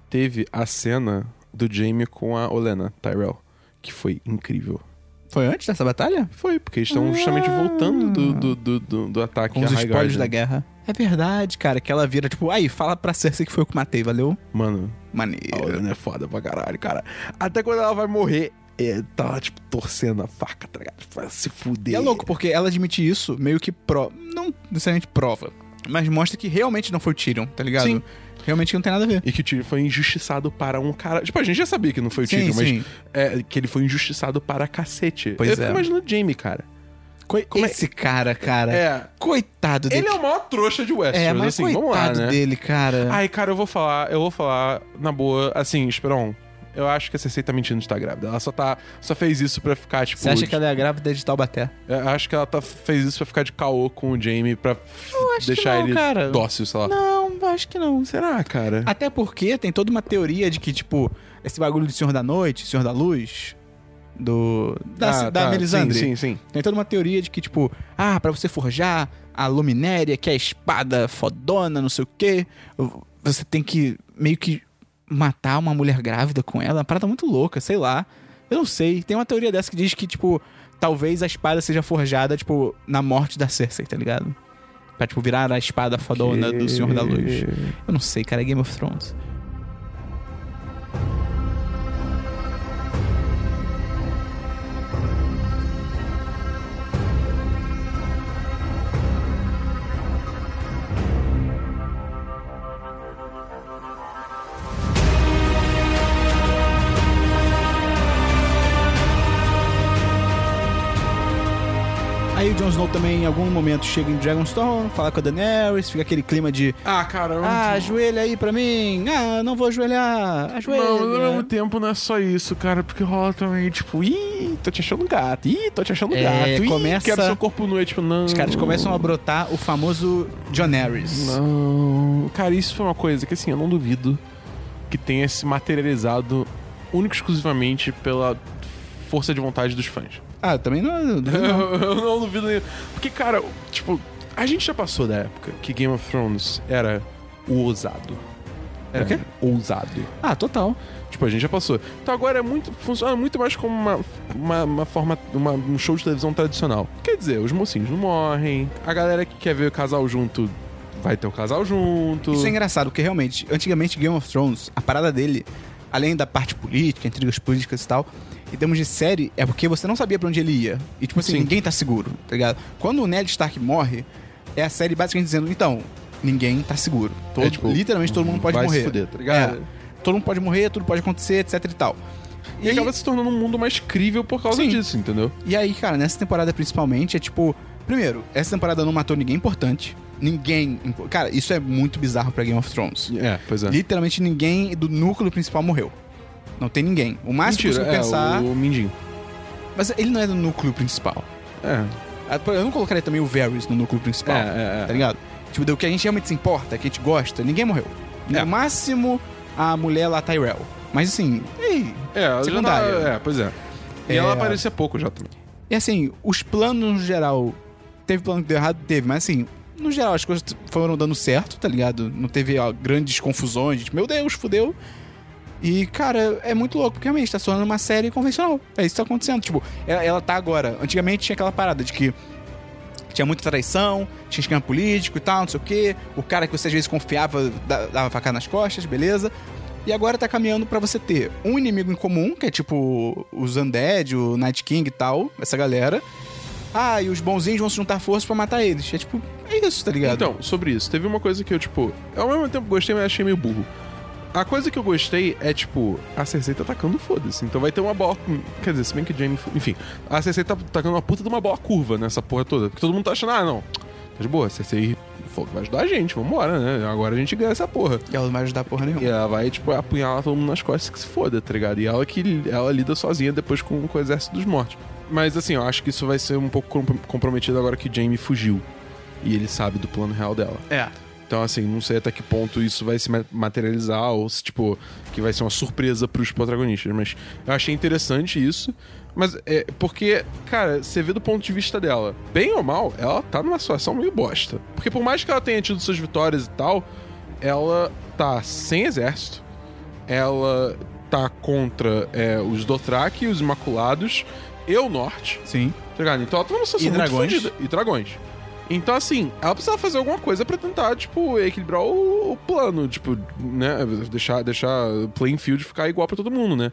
teve a cena do Jamie com a Olena Tyrell, que foi incrível. Foi antes dessa batalha? Foi, porque eles estão justamente voltando do, do, do, do, do ataque Com os à High né? spoilers da Garden. guerra. É verdade, cara, que ela vira, tipo, aí, fala pra Cersei que foi eu que matei, valeu? Mano, a Maneiro. Olena é foda pra caralho, cara. Até quando ela vai morrer, é, tá, tipo, torcendo a faca, tá ligado? Pra se fuder. E é louco, porque ela admite isso, meio que pro... Não necessariamente prova, mas mostra que realmente não foi o Tyrion, tá ligado? Sim. Realmente não tem nada a ver. E que o Tyrion foi injustiçado para um cara. Tipo, a gente já sabia que não foi o Sim, Tyrion, sim. mas é, que ele foi injustiçado para cacete. Pois Eu fico é. imaginando o Jamie, cara. como é- Esse cara, cara. É. né? Coitado dele. Ele é o maior trouxa de Westeros, É, mas assim, vamos lá, coitado né? dele, cara. Ai, cara, eu vou falar, eu vou falar, na boa, assim, Esperon, eu acho que a Cersei tá mentindo de estar grávida. Ela só tá, só fez isso pra ficar, tipo... Você acha que ela é a grávida de Taubaté? Eu acho que ela tá, fez isso pra ficar de caô com o Jaime pra f- acho que deixar não, ele cara. dócil, sei lá. Não, Ah, acho que não. Será, cara? Até porque tem toda uma teoria de que, tipo, esse bagulho do Senhor da Noite, Senhor da Luz, do. Da, Ah, da tá, Melisandre. Sim, sim, sim. Tem toda uma teoria de que, tipo, ah, pra você forjar a luminéria, que é a espada fodona, não sei o quê, você tem que meio que matar uma mulher grávida com ela. Uma parada muito louca, sei lá. Eu não sei. Tem uma teoria dessa que diz que, tipo, talvez a espada seja forjada, tipo, na morte da Cersei, tá ligado? Pra, tipo, virar a espada fodona do Senhor da Luz. Eu não sei, cara, é Game of Thrones. Aí o Jon Snow também, em algum momento, chega em Dragonstone, fala com a Daenerys, fica aquele clima de Ah, cara, eu não- Ah, ajoelha aí pra mim. Ah, não vou ajoelhar. Ajoelha. Não, mas ao mesmo tempo não é só isso, cara, porque rola também, tipo, ih, tô te achando gato, ih, tô te achando É, gato, ih, começa- quero seu corpo nu, é tipo, não. Os caras começam a brotar o famoso Jonaris. Não. Cara, isso foi uma coisa que, assim, eu não duvido que tenha se materializado único e exclusivamente pela força de vontade dos fãs. Ah, também não. não duvido, não. Eu, eu não duvido nenhum. Porque, cara, tipo, a gente já passou da época que Game of Thrones era o ousado. Era o quê? Ousado. Ah, total. Tipo, a gente já passou. Então agora é muito. Funciona muito mais como uma, uma, uma forma. uma- um show de televisão tradicional. Quer dizer, os mocinhos não morrem. A galera que quer ver o casal junto vai ter o casal junto. Isso é engraçado, porque realmente, antigamente Game of Thrones, a parada dele, além da parte política, intrigas políticas e tal, em termos de série, é porque você não sabia pra onde ele ia. E tipo assim, Sim. ninguém tá seguro, tá ligado? Quando o Ned Stark morre, é a série basicamente dizendo, então, ninguém tá seguro. Todo- É, tipo, literalmente todo mundo um pode vai se morrer. fuder, tá ligado? É. todo mundo pode morrer, tudo pode acontecer, etc e tal. E, acaba se tornando um mundo mais crível por causa Sim. disso, entendeu? E aí, cara, nessa temporada principalmente, é tipo. Primeiro, essa temporada não matou ninguém importante. Ninguém. impo- Cara, isso é muito bizarro pra Game of Thrones. É, pois é. Literalmente ninguém do núcleo principal morreu. Não tem ninguém. O máximo que eu Mentira, consigo é, pensar. o Mindinho. Mas ele não é do núcleo principal. É, Ah, pô, Eu não colocaria também o Varys no núcleo principal. É, é, é. Tá ligado? Tipo, do que a gente realmente se importa, que a gente gosta, ninguém morreu. É. No máximo, a mulher lá, Tyrell. Mas assim, ei, É, ela já Secundária. né? tá- é, pois é. E É. ela aparecia pouco já também. E assim, os planos no geral. Teve plano que deu errado? Teve, mas assim, no geral as coisas foram dando certo, tá ligado? Não teve ó, grandes confusões, tipo, meu Deus, fudeu. E, cara, é muito louco, porque realmente tá se tornando uma série convencional. É isso que tá acontecendo. Tipo, ela, ela tá agora. Antigamente tinha aquela parada de que tinha muita traição, tinha esquema político e tal, não sei o quê. O cara que você às vezes confiava da- dava facada nas costas, beleza. E agora tá caminhando pra você ter um inimigo em comum, que é tipo os Undead, o Night King e tal, essa galera. Ah, e os bonzinhos vão se juntar força pra matar eles. É tipo, é isso, tá ligado? Então, sobre isso, teve uma coisa que eu, tipo, ao mesmo tempo gostei, mas achei meio burro. A coisa que eu gostei é, tipo, a Cersei tá atacando, foda-se. Então vai ter uma bola. Quer dizer, se bem que Jamie. Enfim, a Cersei tá atacando uma puta de uma bola curva nessa porra toda. Porque todo mundo tá achando, ah, não. Tá de boa, a Cersei falou que vai ajudar a gente, vambora, né? Agora a gente ganha essa porra. E ela não vai ajudar porra nenhuma. E ela vai, tipo, apunhalar todo mundo nas costas que se foda, tá ligado? E ela que ela lida sozinha depois com, com o exército dos mortos. Mas assim, eu acho que isso vai ser um pouco comprom- comprometido agora que Jamie fugiu. E ele sabe do plano real dela. É. Então, assim, não sei até que ponto isso vai se ma- materializar ou se, tipo, que vai ser uma surpresa pros protagonistas. Mas eu achei interessante isso. Mas é porque, cara, você vê do ponto de vista dela, bem ou mal, ela tá numa situação meio bosta. Porque por mais que ela tenha tido suas vitórias e tal, ela tá sem exército, ela tá contra é, os Dothraki, os Imaculados e o Norte. Sim. Tá ligado? Então ela tá numa situação E muito dragões. fodida. E dragões. Então, assim, ela precisava fazer alguma coisa pra tentar, tipo, equilibrar o, o plano. Tipo, né? Deixar, deixar o playing field ficar igual pra todo mundo, né?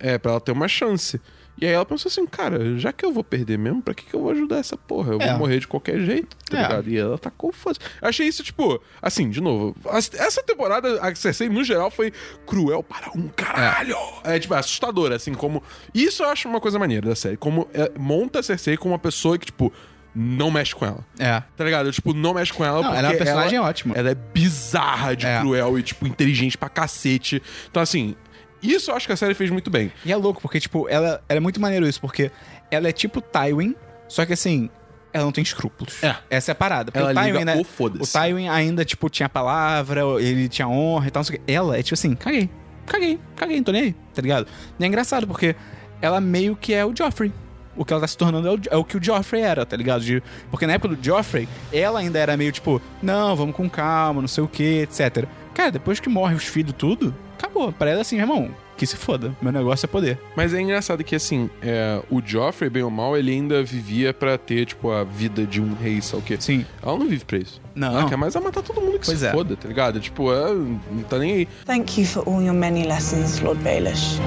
É, pra ela ter uma chance. E aí ela pensou assim, cara, já que eu vou perder mesmo, pra que, que eu vou ajudar essa porra? Eu É. vou morrer de qualquer jeito, tá É. ligado? E ela tá confusa. Achei isso, tipo, assim, de novo, as- essa temporada, a Cersei, no geral, foi cruel para um caralho. É, tipo, assustadora, assim, como. Isso eu acho uma coisa maneira da série. Como é, monta a Cersei como uma pessoa que, tipo, não mexe com ela. É. Tá ligado? Eu, tipo, não mexe com ela. Não, porque ela é uma personagem ótima. Ela é bizarra de É. cruel e, tipo, inteligente pra cacete. Então, assim, isso eu acho que a série fez muito bem. E é louco, porque, tipo, ela, ela é muito maneiro isso, porque ela é tipo Tywin, só que assim, ela não tem escrúpulos. É. Essa é a parada. porque Ela o Tywin, liga né, o foda-se. O Tywin ainda, tipo, tinha a palavra, ele tinha honra e tal, não sei o quê. Ela é tipo assim, caguei, caguei, caguei, não tô nem aí, tá ligado? E é engraçado, porque ela meio que é o Joffrey. O que ela tá se tornando é o, é o que o Joffrey era, tá ligado? De- porque na época do Joffrey, ela ainda era meio tipo, não, vamos com calma, não sei o que, etc. Cara, depois que morre os filhos tudo, acabou. Pra ela é assim, irmão, que se foda. Meu negócio é poder. Mas é engraçado que, assim, é, o Joffrey, bem ou mal, ele ainda vivia pra ter, tipo, a vida de um rei, sei lá o quê. Sim. Ela não vive pra isso. Não. Ela quer mais é matar todo mundo que Pois se é. foda, tá ligado? Tipo, é, não tá nem aí. Thank you for all your many lessons, Lord Baelish.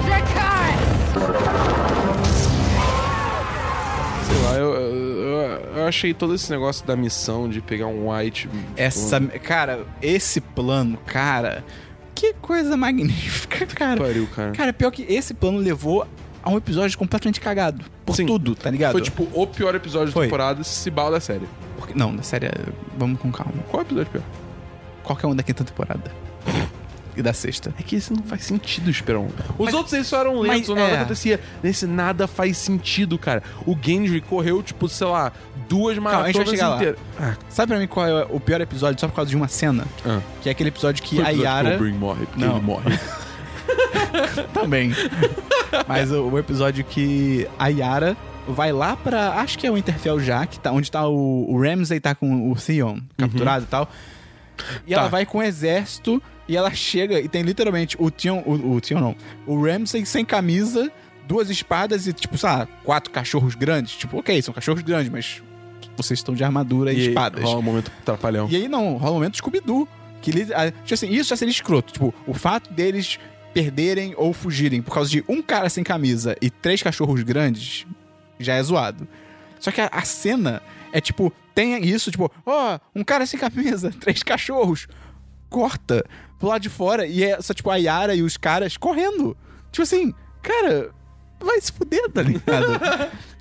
Sei lá, eu, eu, eu achei todo esse negócio da missão de pegar um white. tipo, Essa. Cara, esse plano, cara. Que coisa magnífica, cara. pariu, cara. Cara, pior que esse plano levou a um episódio completamente cagado. Por Sim. tudo, tá ligado? Foi tipo o pior episódio Foi. da temporada, se bala da série. Porque- Não, sério, vamos com calma. Qual é o episódio pior? Qualquer um da quinta temporada. E da sexta. É que esse não faz sentido esperar um. Os outros eles só eram lentos, mas nada é. acontecia. Nesse nada faz sentido, cara. O Gendry correu, tipo, sei lá, duas a gente vai maratonas chegar lá. inteiras. Ah, Sabe pra mim qual é o pior episódio só por causa de uma cena? Ah. Que é aquele episódio que foi o a episódio que Yara. o Brin morre, porque Não. ele morre. Também. Mas o, o episódio que a Yara vai lá pra. Acho que é o Interfell já, que tá, onde tá Uhum. Tá. o, o Ramsay tá com o Theon capturado e tal. E ela vai com o exército E ela chega e tem literalmente o Tion, o, o Tion não, o Ramsay sem camisa, duas espadas e, tipo, sei lá, quatro cachorros grandes. Tipo, ok, são cachorros grandes, mas vocês estão de armadura e, E aí, espadas. Rola um momento trapalhão. E aí não, rola um momento Scooby-Doo. Que, li- ah, tipo assim, isso já seria escroto. Tipo, o fato deles perderem ou fugirem por causa de um cara sem camisa e três cachorros grandes já é zoado. Só que a, a cena é tipo, tem isso, tipo, ó, um cara sem camisa, três cachorros. Corta pro lado de fora e é só tipo a Yara e os caras correndo. Tipo assim, cara, vai se fuder, tá ligado?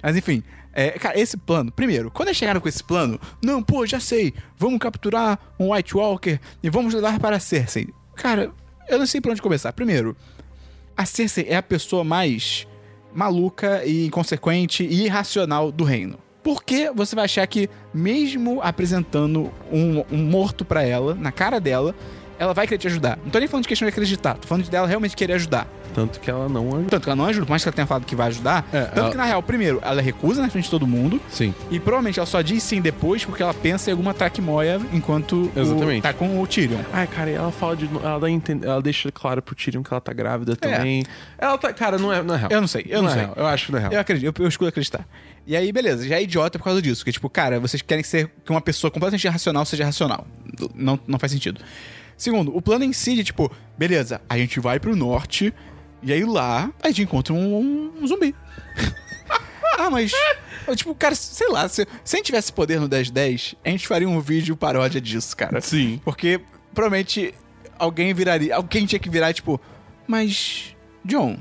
Mas enfim, é, cara, esse plano. Primeiro, quando eles chegaram com esse plano, não, pô, já sei, vamos capturar um White Walker e vamos levar para a Cersei. Cara, eu não sei por onde começar. Primeiro, a Cersei é a pessoa mais maluca e inconsequente e irracional do reino. Por que você vai achar que, mesmo apresentando um, um morto pra ela, na cara dela, ela vai querer te ajudar? Não tô nem falando de questão de acreditar, tô falando dela realmente querer ajudar. Tanto que ela não ajuda. Tanto que ela não ajuda, por mais que ela tenha falado que vai ajudar. É, tanto ela- que, na real, primeiro, ela recusa na frente de todo mundo. Sim. E provavelmente ela só diz sim depois porque ela pensa em alguma traquimoia enquanto o- Exatamente. tá com o Tyrion. Ai, cara, e ela fala de. Ela, dá a entender- ela deixa claro pro Tyrion que ela tá grávida também. Ela tá. Cara, não é, não é real. É. Eu não sei, eu não é sei. real. Eu acho que não é real. Eu acredito, eu, eu escolho acreditar. E aí, beleza, já é idiota por causa disso. Porque, tipo, cara, vocês querem ser que uma pessoa completamente irracional seja racional. Não, não faz sentido. Segundo, o plano em si de, tipo, beleza, a gente vai pro norte, e aí lá a gente encontra um, um zumbi. ah, mas. eu, Tipo, cara, sei lá, se, se a gente tivesse poder no 1010, a gente faria um vídeo paródia disso, cara. É, Sim. Porque provavelmente alguém viraria. Alguém tinha que virar, tipo, mas. John,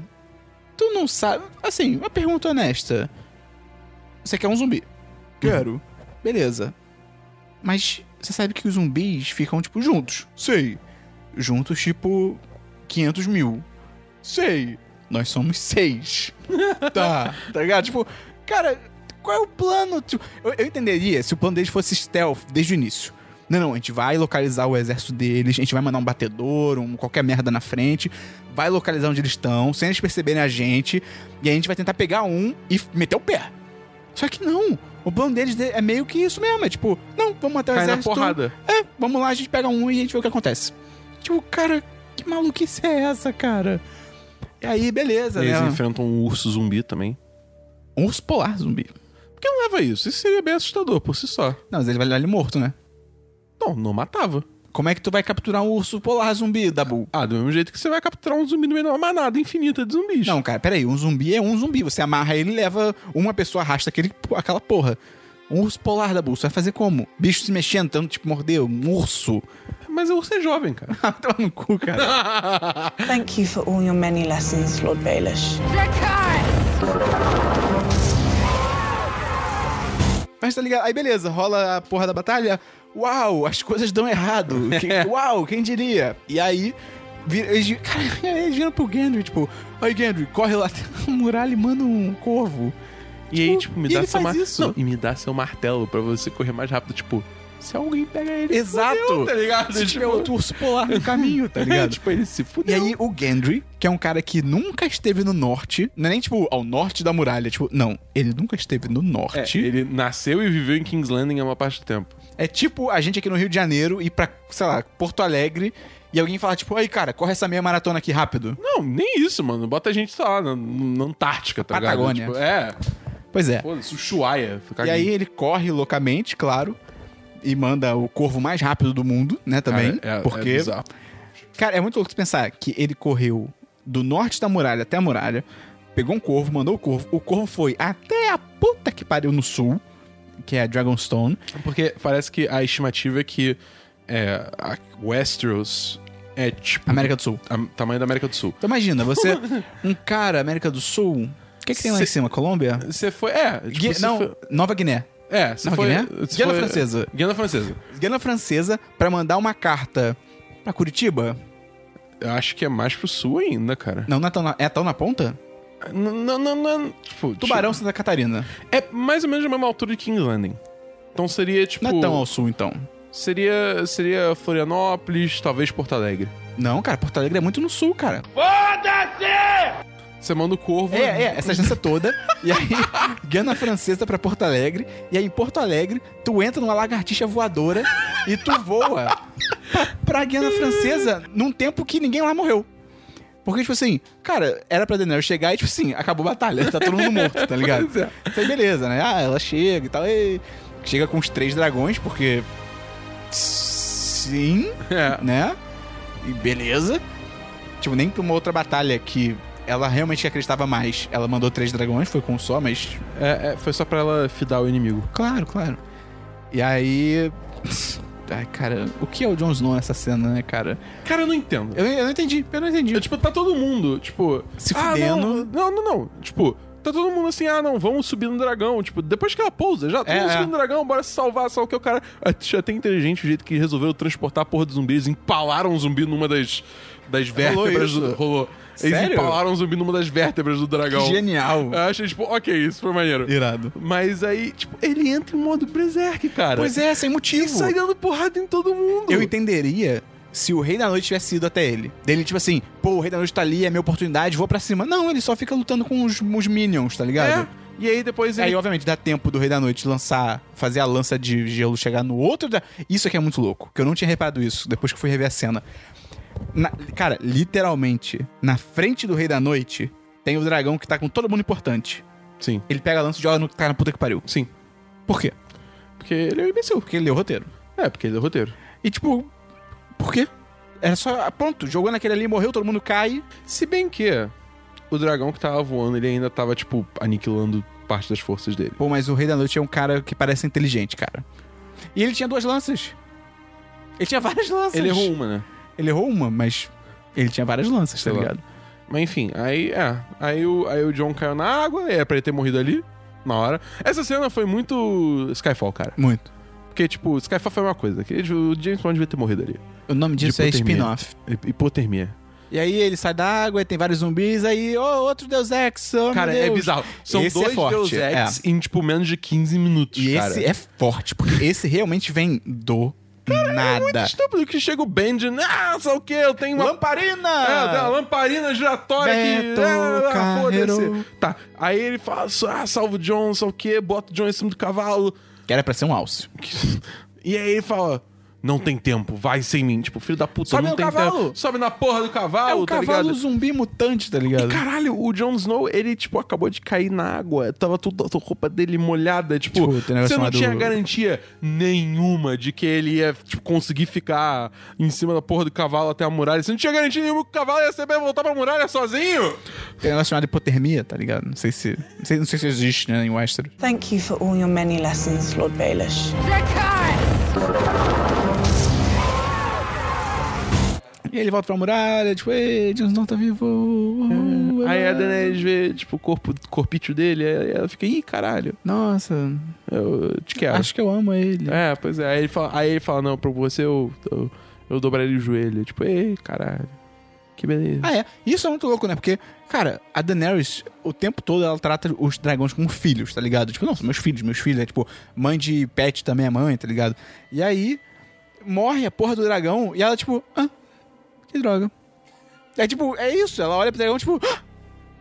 tu não sabe. Assim, uma pergunta honesta. Você quer um zumbi? Quero. Beleza. Mas você sabe que os zumbis ficam, tipo, juntos. Sei. Juntos, tipo, 500 mil. Sei. Nós somos seis. tá. Tá ligado? Tipo, cara, qual é o plano? Tipo, eu, eu entenderia se o plano deles fosse stealth desde o início. Não, não, a gente vai localizar o exército deles, a gente vai mandar um batedor, um, qualquer merda na frente, vai localizar onde eles estão, sem eles perceberem a gente, e aí a gente vai tentar pegar um e f- meter o pé. Só que não, o plano deles de- é meio que isso mesmo, é tipo, não, vamos matar o Cai na exército. porrada. É, vamos lá, a gente pega um e a gente vê o que acontece. Tipo, cara, que maluquice é essa, cara? E aí, beleza, Eles né? enfrentam um urso zumbi também. Um urso polar zumbi. Por que não leva isso? Isso seria bem assustador por si só. Não, mas ele vai levar ele morto, né? Não, não matava. Como é que tu vai capturar um urso polar zumbi, Dabu? Ah, do mesmo jeito que você vai capturar um zumbi no meio de uma manada infinita de zumbis. Não, cara, peraí. Um zumbi é um zumbi. Você amarra ele e leva. Uma pessoa arrasta aquele, aquela porra. Um urso polar da bolsa. Vai fazer como? Bicho se mexendo, tentando tipo morder. Um urso. Mas o urso é jovem, cara. Ah, Toma no cu, cara. Thank you for all your many lessons, Lord Baelish. Mas tá ligado? Aí beleza, rola a porra da batalha. Uau, as coisas dão errado. Que- Uau, quem diria? E aí. vira- Eles, vi- cara, eles viram pro Gendry, tipo, oi Gendry, corre lá até a muralha e manda um corvo. E aí, tipo, me e dá ele seu faz martelo. isso? E me dá seu martelo pra você correr mais rápido. Tipo, se alguém pega ele. Exato. fudeu, tá ligado? Se tiver Tipo- outro urso polar no caminho, tá ligado? tipo, ele se E fudeu. aí o Gendry, que é um cara que nunca esteve no norte, não é nem tipo ao norte da muralha, tipo, não, ele nunca esteve no É, norte. É, ele nasceu e viveu em King's Landing há uma parte do tempo. tipo a gente aqui no Rio de Janeiro ir pra, sei lá, Porto Alegre e alguém falar tipo, aí cara, corre essa meia maratona aqui rápido. Não, nem isso, mano. Bota a gente, sei lá, na, na Antártica, tá Patagônia. ligado? Tipo, Pois é. é. Foda-se, Ushuaia. Fica E aí ele corre loucamente, claro, e manda o corvo mais rápido do mundo, né, também, Cara, é- é porque bizarro. Cara, é muito louco tu pensar que ele correu do norte da muralha até a muralha, pegou um corvo, mandou o corvo, o corvo foi até a puta que pariu no sul, que é a Dragonstone. Porque parece que a estimativa é que é, a Westeros é tipo. América do Sul. a- tamanho da América do Sul. Então imagina, você, um cara, América do Sul, o que, que tem lá em Se- cima? Colômbia? Você foi. É, tipo, Gui- você não, foi- Nova Guiné. É, você Nova foi. Guiné? você Guiana foi- Francesa. Guiana Francesa. Guiana Francesa pra mandar uma carta pra Curitiba? Eu acho que é mais pro sul ainda, cara. Não, não é tão na, é tão na ponta? Não, não, não. não, tipo, Tubarão, Santa Catarina. tipo, é mais ou menos a mesma altura de King's Landing. Então seria, tipo. Não é tão ao sul, então. Seria, seria Florianópolis, talvez Porto Alegre. Não, cara, Porto Alegre é muito no sul, cara. Você manda o corvo. É, é, essa distância toda. E aí, Guiana Francesa pra Porto Alegre. E aí, em Porto Alegre, tu entra numa lagartixa voadora e tu voa pra pra, pra Guiana Francesa num tempo que ninguém lá morreu. Porque, tipo assim, cara, era pra Daenerys chegar e, tipo assim, acabou a batalha, tá todo mundo morto, tá ligado? Pois é. Isso aí, beleza, né? Ah, ela chega e tal, e... Chega com os três dragões, porque... Sim, É. né? E beleza. Tipo, nem pra uma outra batalha que ela realmente acreditava mais, ela mandou três dragões, foi com um só, mas É, é, foi só pra ela fidar o inimigo. Claro, claro. E aí. Ai, cara, o que é o Jon Snow nessa cena, né, cara? Cara, eu não entendo. Eu, eu não entendi, eu não entendi. Eu, tipo, tá todo mundo, tipo. Se ah, fudendo. Não, não, não, não. Tipo, tá todo mundo assim, ah, não, vamos subir no dragão. Tipo, depois que ela pousa, já, todo É, mundo é. subindo no dragão, bora se salvar, só que o cara. Achei até inteligente o jeito que resolveram transportar a porra dos zumbis. Eles empalaram um zumbi numa das, das vértebras isso? do. Rolou. Eles Sério? empalaram um zumbi numa das vértebras do dragão. Genial. Eu achei, tipo, ok, isso foi maneiro. Irado. Mas aí, tipo, ele entra em modo berserk, cara. Pois é, sem E motivo. sai dando porrada em todo mundo. Eu entenderia se o Rei da Noite tivesse ido até ele. Dele, tipo assim, pô, o Rei da Noite tá ali, é minha oportunidade, vou pra cima. Não, ele só fica lutando com os, os minions, tá ligado? É. E aí depois ele Aí, obviamente, dá tempo do Rei da Noite lançar, fazer a lança de gelo chegar no outro. da- Isso aqui é muito louco, que eu não tinha reparado isso depois que fui rever a cena. Na- Cara, literalmente, na frente do Rei da Noite, tem o dragão que tá com todo mundo importante. Sim, Ele pega a lança e joga no que tá na puta que pariu. sim. Por quê? Porque ele é um imbecil. Porque ele leu o roteiro. É, porque ele é roteiro. E tipo, por quê? Era só. ah, Pronto, jogou naquele ali, morreu, todo mundo cai. Se bem que o dragão que tava voando, ele ainda tava, tipo, aniquilando parte das forças dele. Pô, mas o Rei da Noite é um cara que parece inteligente, cara. E ele tinha duas lanças. Ele tinha várias lanças. Ele errou uma, né? Ele errou uma, mas ele tinha várias lanças, Sei tá lá. ligado? Mas enfim, aí é. Aí o, aí o John caiu na água, é pra ele ter morrido ali, na hora. Essa cena foi muito Skyfall, cara. Muito. Porque, tipo, Skyfall foi uma coisa. Que, tipo, o James Bond devia ter morrido ali. O nome disso é Hipotermia. spin-off. Hi- Hipotermia. E aí ele sai da água, e tem vários zumbis, aí, ô, outro Deus Ex, oh, Cara, meu é Deus. bizarro. São Esse é dois forte, Deus Ex em, tipo, menos de 15 minutos, E cara. esse é forte, porque esse realmente vem do nada. Estúpido que chega o Benjen, ah, sei o que, eu tenho é uma É, tem uma Lamparina! lamparina giratória Beto que. Ah, Carreiro. foda-se. Tá. Aí ele fala, ah, salvo o John, só o quê? Bota o John em cima do cavalo. que era pra ser um alce. E aí ele fala. Não tem tempo, vai sem mim. Tipo, filho da puta, Sobe não no tem cavalo. tempo. Sobe na porra do cavalo, É um tá cavalo ligado? zumbi mutante, tá ligado? E caralho, o Jon Snow, ele, tipo, acabou de cair na água. Tava toda a roupa dele molhada. Tipo, Tipo, tem negócio você não chamado- tinha garantia nenhuma de que ele ia tipo, conseguir ficar em cima da porra do cavalo até a muralha. Você não tinha garantia nenhuma que o cavalo ia saber voltar pra muralha sozinho. Tem um negócio chamado hipotermia, tá ligado? Não sei se. Não sei, não sei se existe, né, em Westeros. Thank you for all your many lessons, Lord Baelish. E ele volta pra muralha, tipo, ei, Jon Snow tá vivo. É. Aí a Daenerys vê, tipo, o corpo, corpício dele, aí ela fica, ih, caralho, Nossa, eu te quero. acho que eu amo ele. É, pois é. Aí ele fala, aí ele fala não, pra você eu, eu, eu dobraria o joelho. Tipo, ei, caralho, que beleza. Ah, é. Isso é muito louco, né? Porque, cara, a Daenerys, o tempo todo, ela trata os dragões como filhos, tá ligado? Tipo, não, são meus filhos, meus filhos. É tipo, mãe de pet também é mãe, tá ligado? E aí, morre a porra do dragão e ela, tipo, ah, que droga. É tipo, é isso. Ela olha pro dragão, tipo, ah,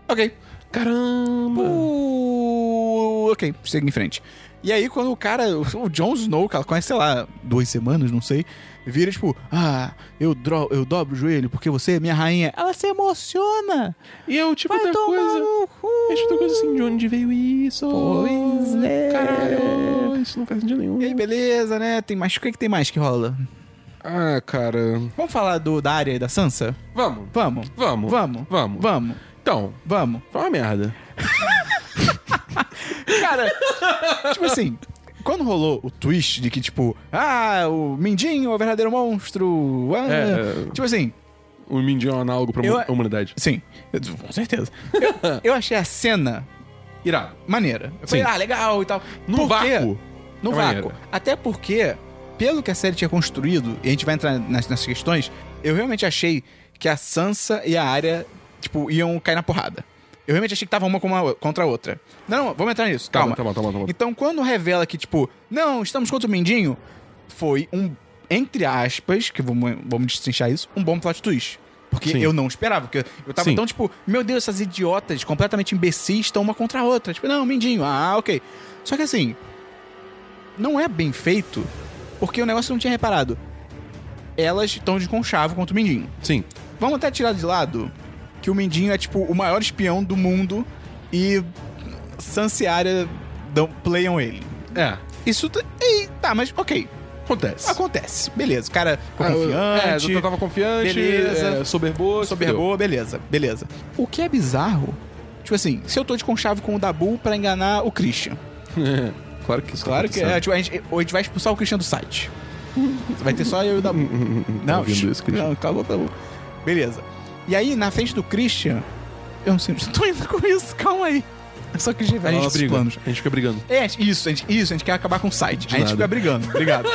ok. Caramba. Uh, ok, segue em frente. E aí, quando o cara, o Jon Snow, que ela conhece, sei lá, duas semanas, não sei, vira tipo, ah, eu, dro eu dobro o joelho porque você é minha rainha. Ela se emociona. E eu, tipo, Vai outra tomar coisa. no Eu acho outra coisa cu. assim, de onde veio isso? Pois é. Caralho, isso não faz sentido nenhum. E aí, beleza, né? Tem mais. O que, é que tem mais que rola? Ah, cara. Vamos falar do, da área e da Sansa? Vamos, Vamos. vamos, Vamos. vamos. Vamos. Então, Vamos. foi uma merda. Cara, tipo assim, quando rolou o twist de que, tipo, ah, o Mindinho é o verdadeiro monstro. ah, É. Tipo assim, O Mindinho é um análogo pra Eu- a humanidade. sim, eu- com certeza. Eu, eu achei a cena Irado. maneira. Eu falei, Sim. ah, legal e tal. No Por quê? vácuo. No é vácuo. maneira. Até porque, pelo que a série tinha construído, e a gente vai entrar nas, nas questões, eu realmente achei que a Sansa e a Arya, tipo, iam cair na porrada. Eu realmente achei que tava uma com uma- contra a outra. Não, não, vamos entrar nisso, Tá calma. bom, tá bom, tá bom, tá bom. Então, quando revela que, tipo, não, estamos contra o Mindinho, foi um, entre aspas, que vamos, vamos destrinchar isso, um bom plot twist. Porque Sim. eu não esperava, porque eu tava Sim. tão, tipo, meu Deus, essas idiotas completamente imbecis estão uma contra a outra. Tipo, não, Mindinho, ah, ok. Só que assim, não é bem feito, porque o negócio eu não tinha reparado. elas estão de conchavo contra o Mindinho. Sim. Vamos até tirar de lado que o Mindinho é, tipo, o maior espião do mundo e Sanciária dão, playam ele. É. Isso... t- e- tá, mas ok. Acontece. Acontece. Beleza. O cara ficou Ah, eu- confiante. É, eu tava confiante. beleza. É, soberbou. Soberbou, beleza, beleza. O que é bizarro, tipo assim, se eu tô de conchavo com o Dabu pra enganar o Christian. fudeu. claro que isso Claro que é, tipo, a gente, ou a gente vai expulsar o Christian do site. Vai ter só eu e o Dabu. Não, é. ouvindo isso, Christian. não, calma, Dabu. Beleza. E aí, na frente do Christian, eu não sei onde eu tô indo com isso, calma aí. Eu só quis revelar A gente nossos briga. planos. A gente fica brigando. É, isso, a gente, isso, a gente quer acabar com o site. De a gente nada. fica brigando, obrigado.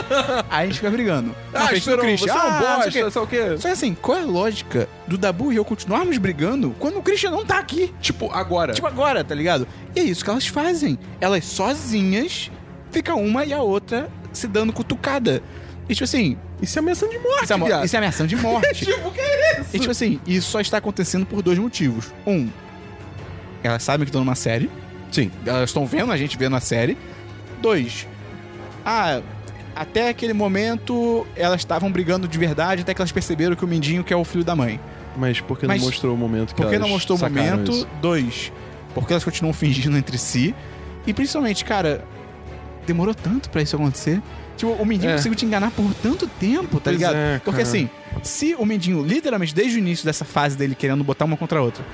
Aí a gente fica brigando. Ah, Na frente do Esperon, é um Christian, ah, não sei o quê. sabe o quê? Só que assim, qual é a lógica do Dabu e eu continuarmos brigando quando o Christian não tá aqui? Tipo, agora. Tipo agora, tá ligado? E é isso que elas fazem. Elas sozinhas ficam uma e a outra se dando cutucada. E tipo assim, isso é ameaça de morte, isso é, mo- viado. isso é ameaçando de morte. Tipo, o que é isso? e tipo assim, isso só está acontecendo por dois motivos. Um, elas sabem que estão numa série. Sim. Elas estão vendo a gente vendo a série. Dois, ah, até aquele momento elas estavam brigando de verdade até que elas perceberam que o Mindinho que é o filho da mãe. Mas porque Mas não mostrou o momento que Porque elas não mostrou o sacaram momento. isso? Dois, porque elas continuam fingindo entre si. E principalmente, cara, demorou tanto pra isso acontecer. Tipo, o Mindinho É. conseguiu te enganar por tanto tempo, tá Pois ligado? é, porque cara. assim, se o Mindinho, literalmente desde o início dessa fase dele querendo botar uma contra a outra,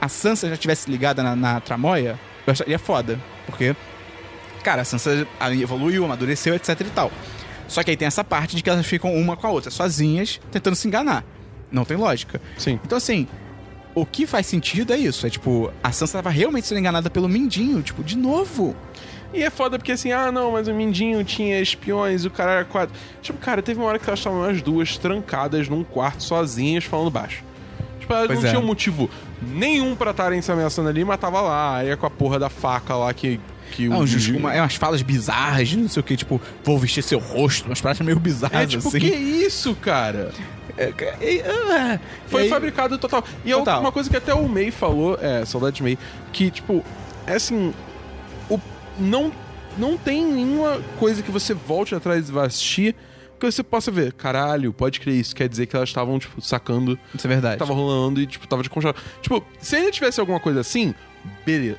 a Sansa já tivesse ligada na, na tramóia, eu acharia foda. Porque, cara, a Sansa evoluiu, amadureceu, etc e tal. Só que aí tem essa parte de que elas ficam uma com a outra, sozinhas, tentando se enganar. Não tem lógica. Sim. Então, assim, o que faz sentido é isso. É tipo, a Sansa tava realmente sendo enganada pelo Mindinho, tipo, de novo. E é foda porque assim, ah não, mas o Mindinho tinha espiões, o cara era quatro. Tipo, cara, teve uma hora que elas estavam as duas trancadas num quarto sozinhas falando baixo. Tipo, elas Pois não é. tinham motivo nenhum pra estarem se ameaçando ali, mas tava lá, aí é com a porra da faca lá que. que Não, o just, Mindinho- uma, é umas falas bizarras, de não sei o que, tipo, vou vestir seu rosto, umas práticas meio bizarras, É tipo, assim. que isso, cara? É, ca- e- ah, Foi e aí- fabricado total. E é Total. uma coisa que até o May falou, é, saudade de May, que, tipo, é assim, o, não, não tem nenhuma coisa que você volte atrás e vá assistir que você possa ver. Caralho, pode crer isso. Quer dizer que elas estavam, tipo, sacando, Isso é verdade. tava rolando e, tipo, tava de congelado. Tipo, se ainda tivesse alguma coisa assim, beleza.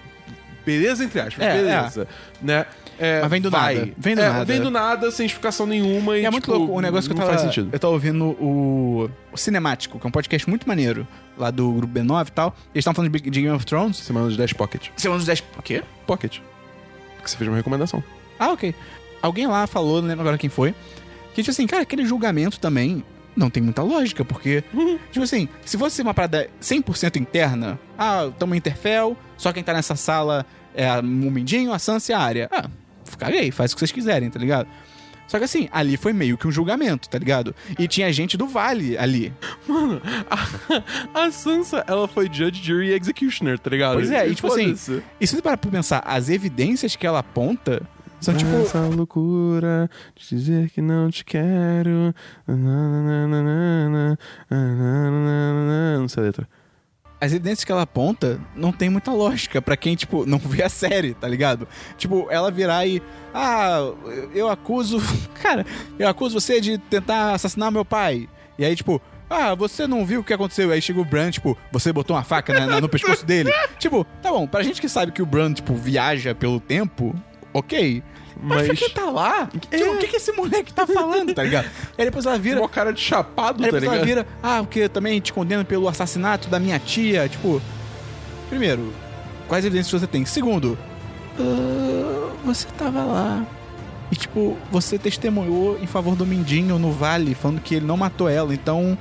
Beleza, entre aspas, É, beleza. Né? É, Mas vem do vai. nada, vem do É, nada. Vem do nada, sem explicação nenhuma. E, E é muito tipo, louco o negócio que eu não tava. faz sentido. Eu tava ouvindo o, o Cinemático, que é um podcast muito maneiro, lá do grupo B9 e tal. Eles estavam falando de, Big- de Game of Thrones. Semana dos 10 Pocket. Semana dos 10. O quê? Pocket. Porque você fez uma recomendação. Ah, ok. Alguém lá falou, não lembro agora quem foi, que, tipo assim, cara, aquele julgamento também não tem muita lógica, porque, tipo assim, se fosse uma parada 100% interna, ah, tamo em Interfell, só quem tá nessa sala é a- o Mindinho, a Sansa e a Arya. Ah, caguei, faz o que vocês quiserem, tá ligado? Só que assim, ali foi meio que um julgamento, tá ligado? E tinha gente do Vale ali. Mano, a, a Sansa, ela foi Judge, Jury e Executioner, tá ligado? Pois é, e tipo assim, foda-se. E se você parar pra pensar, as evidências que ela aponta são tipo. Essa loucura de dizer que não te quero. nananana, nananana. Não sei a letra. as evidências que ela aponta não tem muita lógica pra quem, tipo, não vê a série, tá ligado? Tipo, ela virar e. Ah, eu acuso. Cara, eu acuso você de tentar assassinar meu pai. E aí, tipo. Ah, você não viu o que aconteceu? Aí chega o Bran, tipo, você botou uma faca né, na- no pescoço dele. Tipo, tá bom, pra gente que sabe que o Bran, tipo, viaja pelo tempo, ok. Mas, pra Mas- quem tá lá, tipo, o que, que esse moleque tá falando, tá ligado? Aí depois ela vira, Uma cara de chapado, Aí tá depois ela ligado? vira, ah, porque eu também te condeno pelo assassinato da minha tia. Tipo, primeiro, quais evidências você tem? Segundo, ah, você tava lá. E, tipo, você testemunhou em favor do Mindinho no vale, falando que ele não matou ela. Então,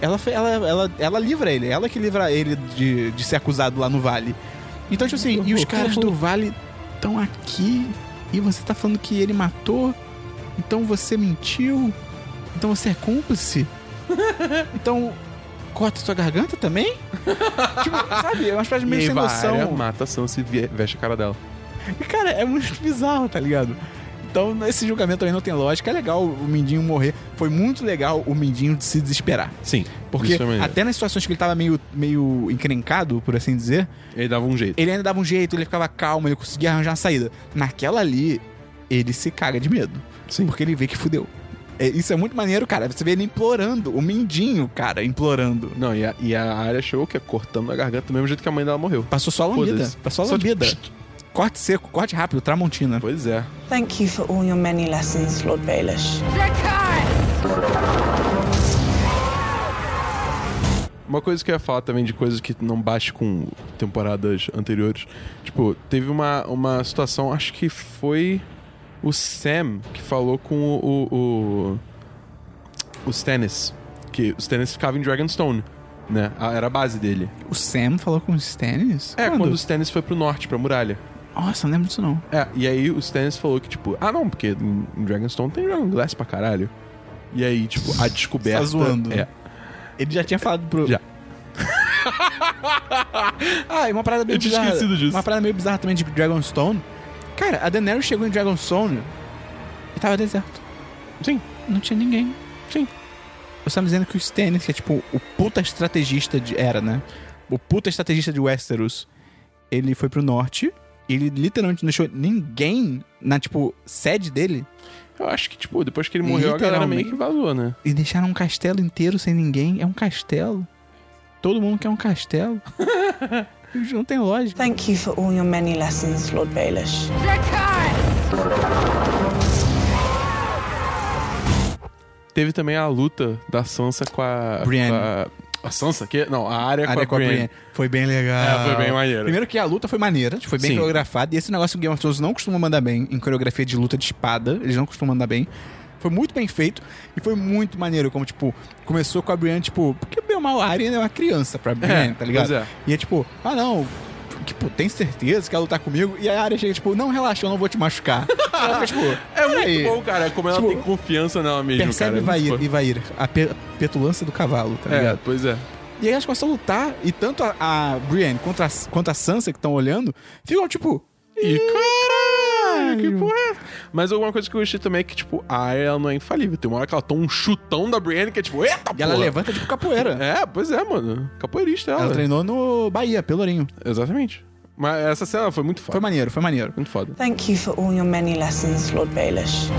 ela, fe- ela, ela, ela livra ele. Ela que livra ele de, de ser acusado lá no vale. Então, tipo assim, e os caras do vale estão aqui e você tá falando que ele matou? Então você mentiu? Então você é cúmplice? então corta sua garganta também? tipo, sabe? É uma frase meio E sem vai, né? noção. mata a Sansa e vie- veste a cara dela. E, Cara, é muito bizarro, tá ligado? Então, esse julgamento aí não tem lógica. É legal o Mindinho morrer. Foi muito legal o Mindinho de se desesperar. Sim. Porque isso é maneiro. até nas situações que ele tava meio, meio encrencado, por assim dizer, Ele dava um jeito. ele ainda dava um jeito, ele ficava calmo, ele conseguia arranjar uma saída. Naquela ali, ele se caga de medo. Sim. Porque ele vê que fudeu. É, isso é muito maneiro, cara. Você vê ele implorando, o mindinho, cara, implorando. Não, e a, e a área chegou que é cortando a garganta do mesmo jeito que a mãe dela morreu. Passou só a lambida. Foda-se. Passou a É Só de- lambida. Corte seco, corte rápido, Tramontina. Pois é. Thank you for all your many lessons, Lord Baelish. Uma coisa que eu ia falar também de coisas que não bate com temporadas anteriores. Tipo, teve uma, uma situação, acho que foi o Sam que falou com o. o, o, o Stannis. Que o Stannis ficava em Dragonstone, né? A- Era a base dele. O Sam falou com o Stannis? É, quando o Stannis foi pro norte, pra muralha. Nossa, não lembro disso não. É, e aí o Stannis falou que, tipo, ah não, porque em em Dragonstone tem Dragon Glass pra caralho. E aí, tipo, a descoberta. Tá zoando. É. Ele já tinha falado pro. Já. ah, e uma parada meio Eu tinha bizarra. esquecido disso. Uma parada meio bizarra também de Dragonstone. Cara, a Daenerys chegou em Dragonstone e tava deserto. Sim. Não tinha ninguém. Sim. Você tá me dizendo que o Stannis, que é tipo o puta estrategista de. Era, né? O puta estrategista de Westeros. Ele foi pro norte. e Ele literalmente não deixou ninguém na, tipo, sede dele. Eu acho que, tipo, depois que ele morreu, a galera meio que vazou, né? E deixaram um castelo inteiro sem ninguém. É um castelo. Todo mundo quer um castelo. Isso não tem lógica. Thank you for all your many lessons, Lord Baelish. Teve também a luta da Sansa com a. Brienne. com a, a Sansa? Que, não, a área com a, Arya com a Brienne. Brienne. Foi bem legal. É, foi bem maneiro. Primeiro que a luta foi maneira, foi bem Sim. coreografada. E esse negócio que o Game of Thrones não costuma mandar bem em coreografia de luta de espada. Eles não costumam mandar bem. Foi muito bem feito e foi muito maneiro. Como, tipo, começou com a Brienne, tipo, porque bem mal a Arya é uma criança pra Brienne, É, tá ligado? pois é. E é tipo, ah não, tipo, tem certeza que ela lutar comigo? E a Arya chega, tipo, não, relaxa, eu não vou te machucar. Ela fica, tipo, É muito peraí. bom, cara, como ela Tipo, tem confiança nela mesmo, Percebe cara. é Ivair, Muito Ivair, a pe- petulância do cavalo, tá fo- É, ligado? pois é. E aí elas começam a lutar, e tanto a, a Brienne quanto a, quanto a Sansa que estão olhando, ficam tipo. E caralho, que caralho. porra é essa? Mas alguma coisa que eu gostei também é que, tipo, a Arya ela não é infalível. Tem uma hora que ela toma um chutão da Brienne que é tipo, eita, E ela porra! levanta tipo capoeira. É, pois é, mano. Capoeirista ela. Ela treinou no Bahia, Pelourinho. Exatamente. Mas essa cena foi muito foda. Foi maneiro, foi maneiro. Muito foda. Thank you for all your many lessons, Lord Baelish.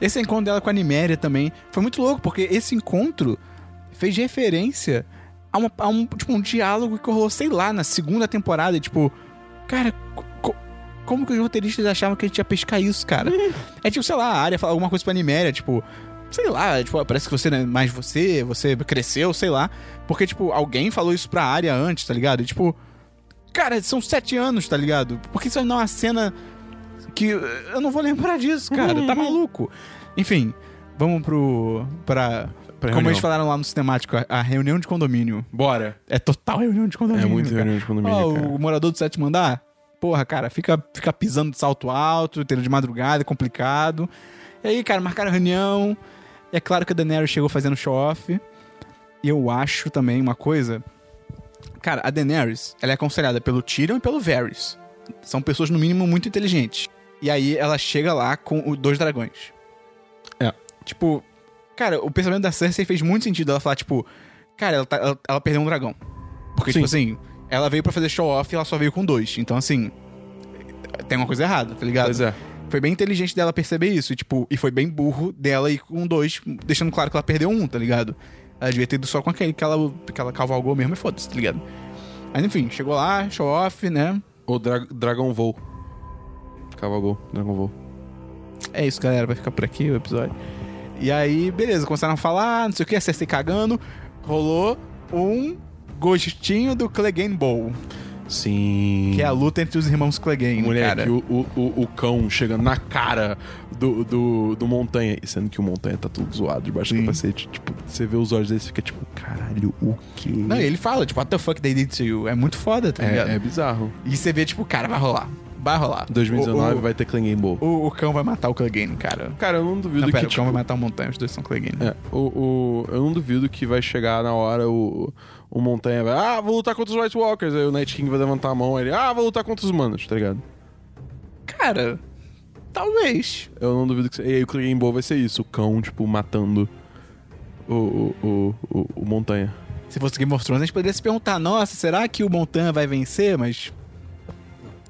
Esse encontro dela com a Niméria também foi muito louco, porque esse encontro fez referência a, uma- a um, tipo, um diálogo que rolou, sei lá, na segunda temporada. e, Tipo, cara, co- co- como que os roteiristas achavam que a gente ia pescar isso, cara? é tipo, sei lá, a área fala alguma coisa pra Niméria, tipo, sei lá, tipo, parece que você não é mais você, você cresceu, sei lá. Porque, tipo, alguém falou isso pra área antes, tá ligado? E, tipo, cara, são sete anos, tá ligado? Por que isso não é uma cena que eh, eu não vou lembrar disso, cara? tá maluco? Enfim, vamos pro. pra. Pra como reunião. eles falaram lá no cinemático, a, a reunião de condomínio. Bora. É total reunião de condomínio. É muito cara. reunião de condomínio, Ó, cara. O morador do sétimo andar, porra, cara, fica, fica pisando de salto alto, inteiro de madrugada, é complicado. E aí, cara, marcaram a reunião. E é claro que a Daenerys chegou fazendo show-off. E eu acho também uma coisa. Cara, a Daenerys, ela é aconselhada pelo Tyrion e pelo Varys. São pessoas, no mínimo, muito inteligentes. E aí ela chega lá com os dois dragões. É. Tipo, cara, o pensamento da Cersei fez muito sentido. Ela falar, tipo, cara, ela, tá- ela- ela perdeu um dragão. Porque, Sim. tipo assim, ela veio pra fazer show-off e ela só veio com dois. Então, assim, tem uma coisa errada, tá ligado? Pois é. Foi bem inteligente dela perceber isso. E, tipo, e foi bem burro dela ir com dois, deixando claro que ela perdeu um, tá ligado? Ela devia ter ido só com aquele que ela, que ela cavalgou mesmo e foda-se, tá ligado? Mas, enfim, chegou lá, show-off, né? Ou dra Dragon Voo. Cavalgou, Dragon Voo. É isso, galera. Vai ficar por aqui o episódio. E aí, beleza, começaram a falar, não sei o que, a Cersei cagando. Rolou um gostinho do Clegane Bowl, Sim. que é a luta entre os irmãos Clegane, Moleque, cara. O, o, o, o cão chega na cara do, do, do Montanha. E sendo que o Montanha tá tudo zoado debaixo do Sim. capacete. Tipo, você vê os olhos dele e fica tipo, caralho, o quê? Não, e ele fala, tipo, what the fuck they did to you? É muito foda, tá ligado? é, é bizarro. E você vê, tipo, cara, vai rolar. Vai rolar. 2019 o, o, vai ter Clegane Bowl. O, o cão vai matar o Clegane, cara. Cara, eu não duvido Não, pera, que, o cão é vai matar o Montanha, os dois são Clegane. É, o, o- eu não duvido que vai chegar na hora o, o Montanha vai, ah, vou lutar contra os White Walkers. Aí o Night King vai levantar a mão, aí ele, ah, vou lutar contra os humanos, tá ligado? É. Cara, talvez. Eu não duvido que. E aí o Clegane Bowl vai ser isso, o cão, tipo, matando o, o, o, o, o Montanha. Se fosse Game of Thrones, a gente poderia se perguntar, nossa, será que o Montanha vai vencer? Mas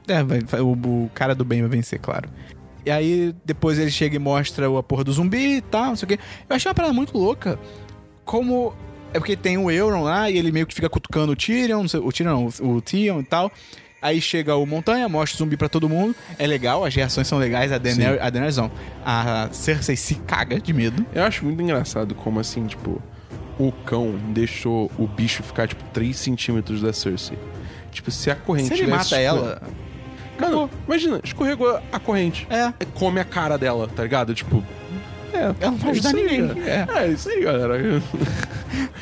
É, vai- vai- o, o cara do bem vai vencer, claro. E aí, depois ele chega e mostra o- a porra do zumbi e tal, não sei o quê. Eu achei uma parada muito louca. Como. É porque tem o Euron lá e ele meio que fica cutucando o Tyrion, não sei- o Tyrion, não, o, o Theon e tal. Aí chega o Montanha, mostra o zumbi pra todo mundo. É legal, as reações são legais, a Daenerys, a Daenerys não. A Cersei se caga de medo. Eu acho muito engraçado como assim, tipo, o cão deixou o bicho ficar, tipo, 3 centímetros da Cersei. Tipo, se a corrente. Se ele tivesse mata escorre- ela. Mano, imagina, escorregou a corrente. É. Come a cara dela, tá ligado? Tipo. É, Ela não vai é isso ajudar aí, ninguém. cara. É. Então- É. isso aí, galera.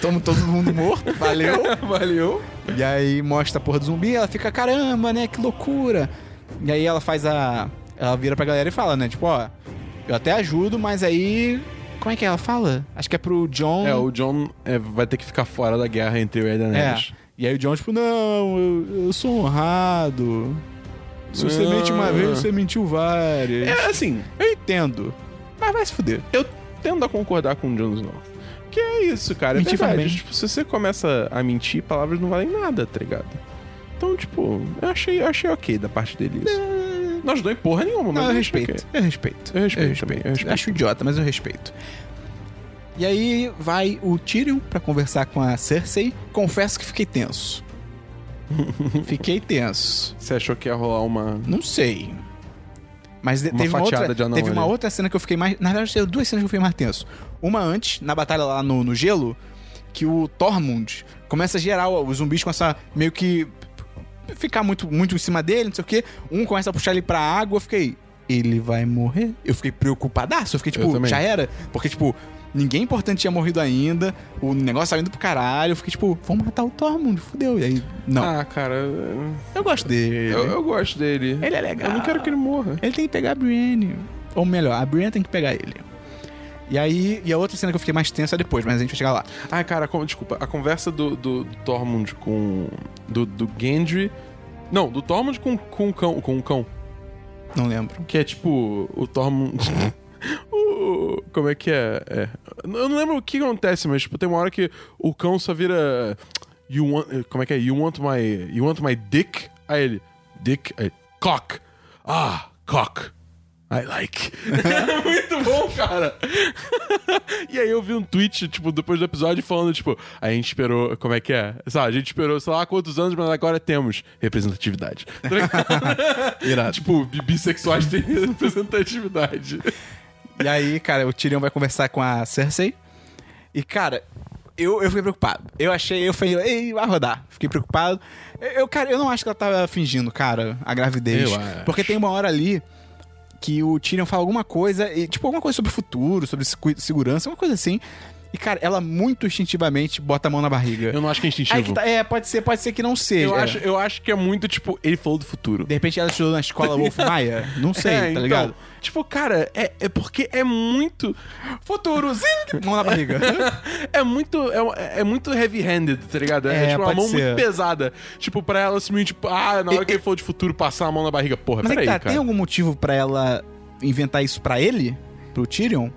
Toma todo mundo morto, valeu. Valeu. E aí mostra a porra do zumbi, ela fica, caramba, né? Que loucura. E aí ela faz a. Ela vira pra galera e fala, né? Tipo, ó, eu até ajudo, mas aí. Como é que ela fala? Acho que é pro John. É, o John é, vai ter que ficar fora da guerra entre o Ed e a É. Daenerys. E aí o John, tipo, não, eu, eu sou honrado. Se você Ah. mente uma vez, você mentiu várias. É, assim, Eu entendo. Mas vai se fuder. eu tendo a concordar com o Jon Snow. Que é isso, cara. Mentir é verdade. também. Tipo, se você começa a mentir, palavras não valem nada, tá ligado? Então, tipo, eu achei, eu achei ok da parte dele isso. É. Não ajudou em porra nenhuma, mas Não, eu achei respeito. Eu respeito. Eu respeito também, eu respeito. Acho idiota, mas eu respeito. E aí vai o Tyrion pra conversar com a Cersei. Confesso que fiquei tenso. fiquei tenso. Você achou que ia rolar uma. Não sei. Mas de- Uma teve, uma outra, fatiada de anão teve uma ali. outra cena que eu fiquei mais. Na verdade, teve duas cenas que eu fiquei mais tenso. Uma antes, na batalha lá no, no gelo, que o Tormund começa a gerar os zumbis com essa. meio que. ficar muito, muito em cima dele, não sei o quê. Um começa a puxar ele pra água, eu fiquei. Ele vai morrer? Eu fiquei preocupadaço. Eu fiquei Eu tipo, também. já era? Porque, tipo, ninguém importante tinha morrido ainda. O negócio tava indo pro caralho. Eu fiquei tipo, vamos matar o Tormund, fudeu. E aí, não. Ah, cara. eu- eu gosto dele. Eu, eu gosto dele. Ele é legal. Eu não quero que é ele morra. Ele tem que pegar a Brienne. Ou melhor, a Brienne tem que pegar ele. E aí, e a outra cena que eu fiquei mais tensa é depois, mas a gente vai chegar lá. Ai, cara, como, desculpa. A conversa do, do, do Tormund com. Do, do Gendry. Não, do Tormund com, com o cão. Com o cão. Não lembro. Que é tipo. O Tormund. o, como é que é? É. Eu não lembro o que acontece, mas tipo, tem uma hora que o cão só vira. You want. Como é que é? You want my. You want my dick? Aí ele. Dick? Aí, ele, cock! Ah, cock! I like. É muito bom, cara. e aí eu vi um tweet, tipo, depois do episódio falando, tipo, a gente esperou, como é que é? Sabe, a gente esperou, sei lá, quantos anos, mas agora temos representatividade. Tá ligado? Irado. Tipo, bi- bissexuais têm representatividade. E aí, cara, o Tyrion vai conversar com a Cersei. E, cara, eu, eu fiquei preocupado. Eu achei, eu falei, ei, vai rodar. Fiquei preocupado. Eu, eu, cara, eu não acho que ela tava fingindo, cara, a gravidez. Eu acho. Porque tem uma hora ali que o Tyrion fala alguma coisa, e, tipo, alguma coisa sobre o futuro, sobre secu- segurança, alguma coisa assim. E, cara, ela muito instintivamente bota a mão na barriga. Eu não acho que é Aí instintivo. que tá- é, pode ser, pode ser que não seja. eu, acho, eu acho que é muito, tipo, ele falou do futuro. De repente ela estudou na escola Wolf Maia. Não sei, É, tá então, ligado? Tipo, cara, é, é porque é muito. Futuro, zing, mão na barriga. É muito, é, um- é muito heavy-handed, tá ligado? É, É, tipo uma pode mão ser. muito pesada. Tipo, pra ela simplesmente, tipo, ah, na hora E- que ele falou de futuro, passar a mão na barriga. Porra, Mas é que peraí, tá, tem cara. algum motivo pra ela inventar isso pra ele? Pro Tyrion?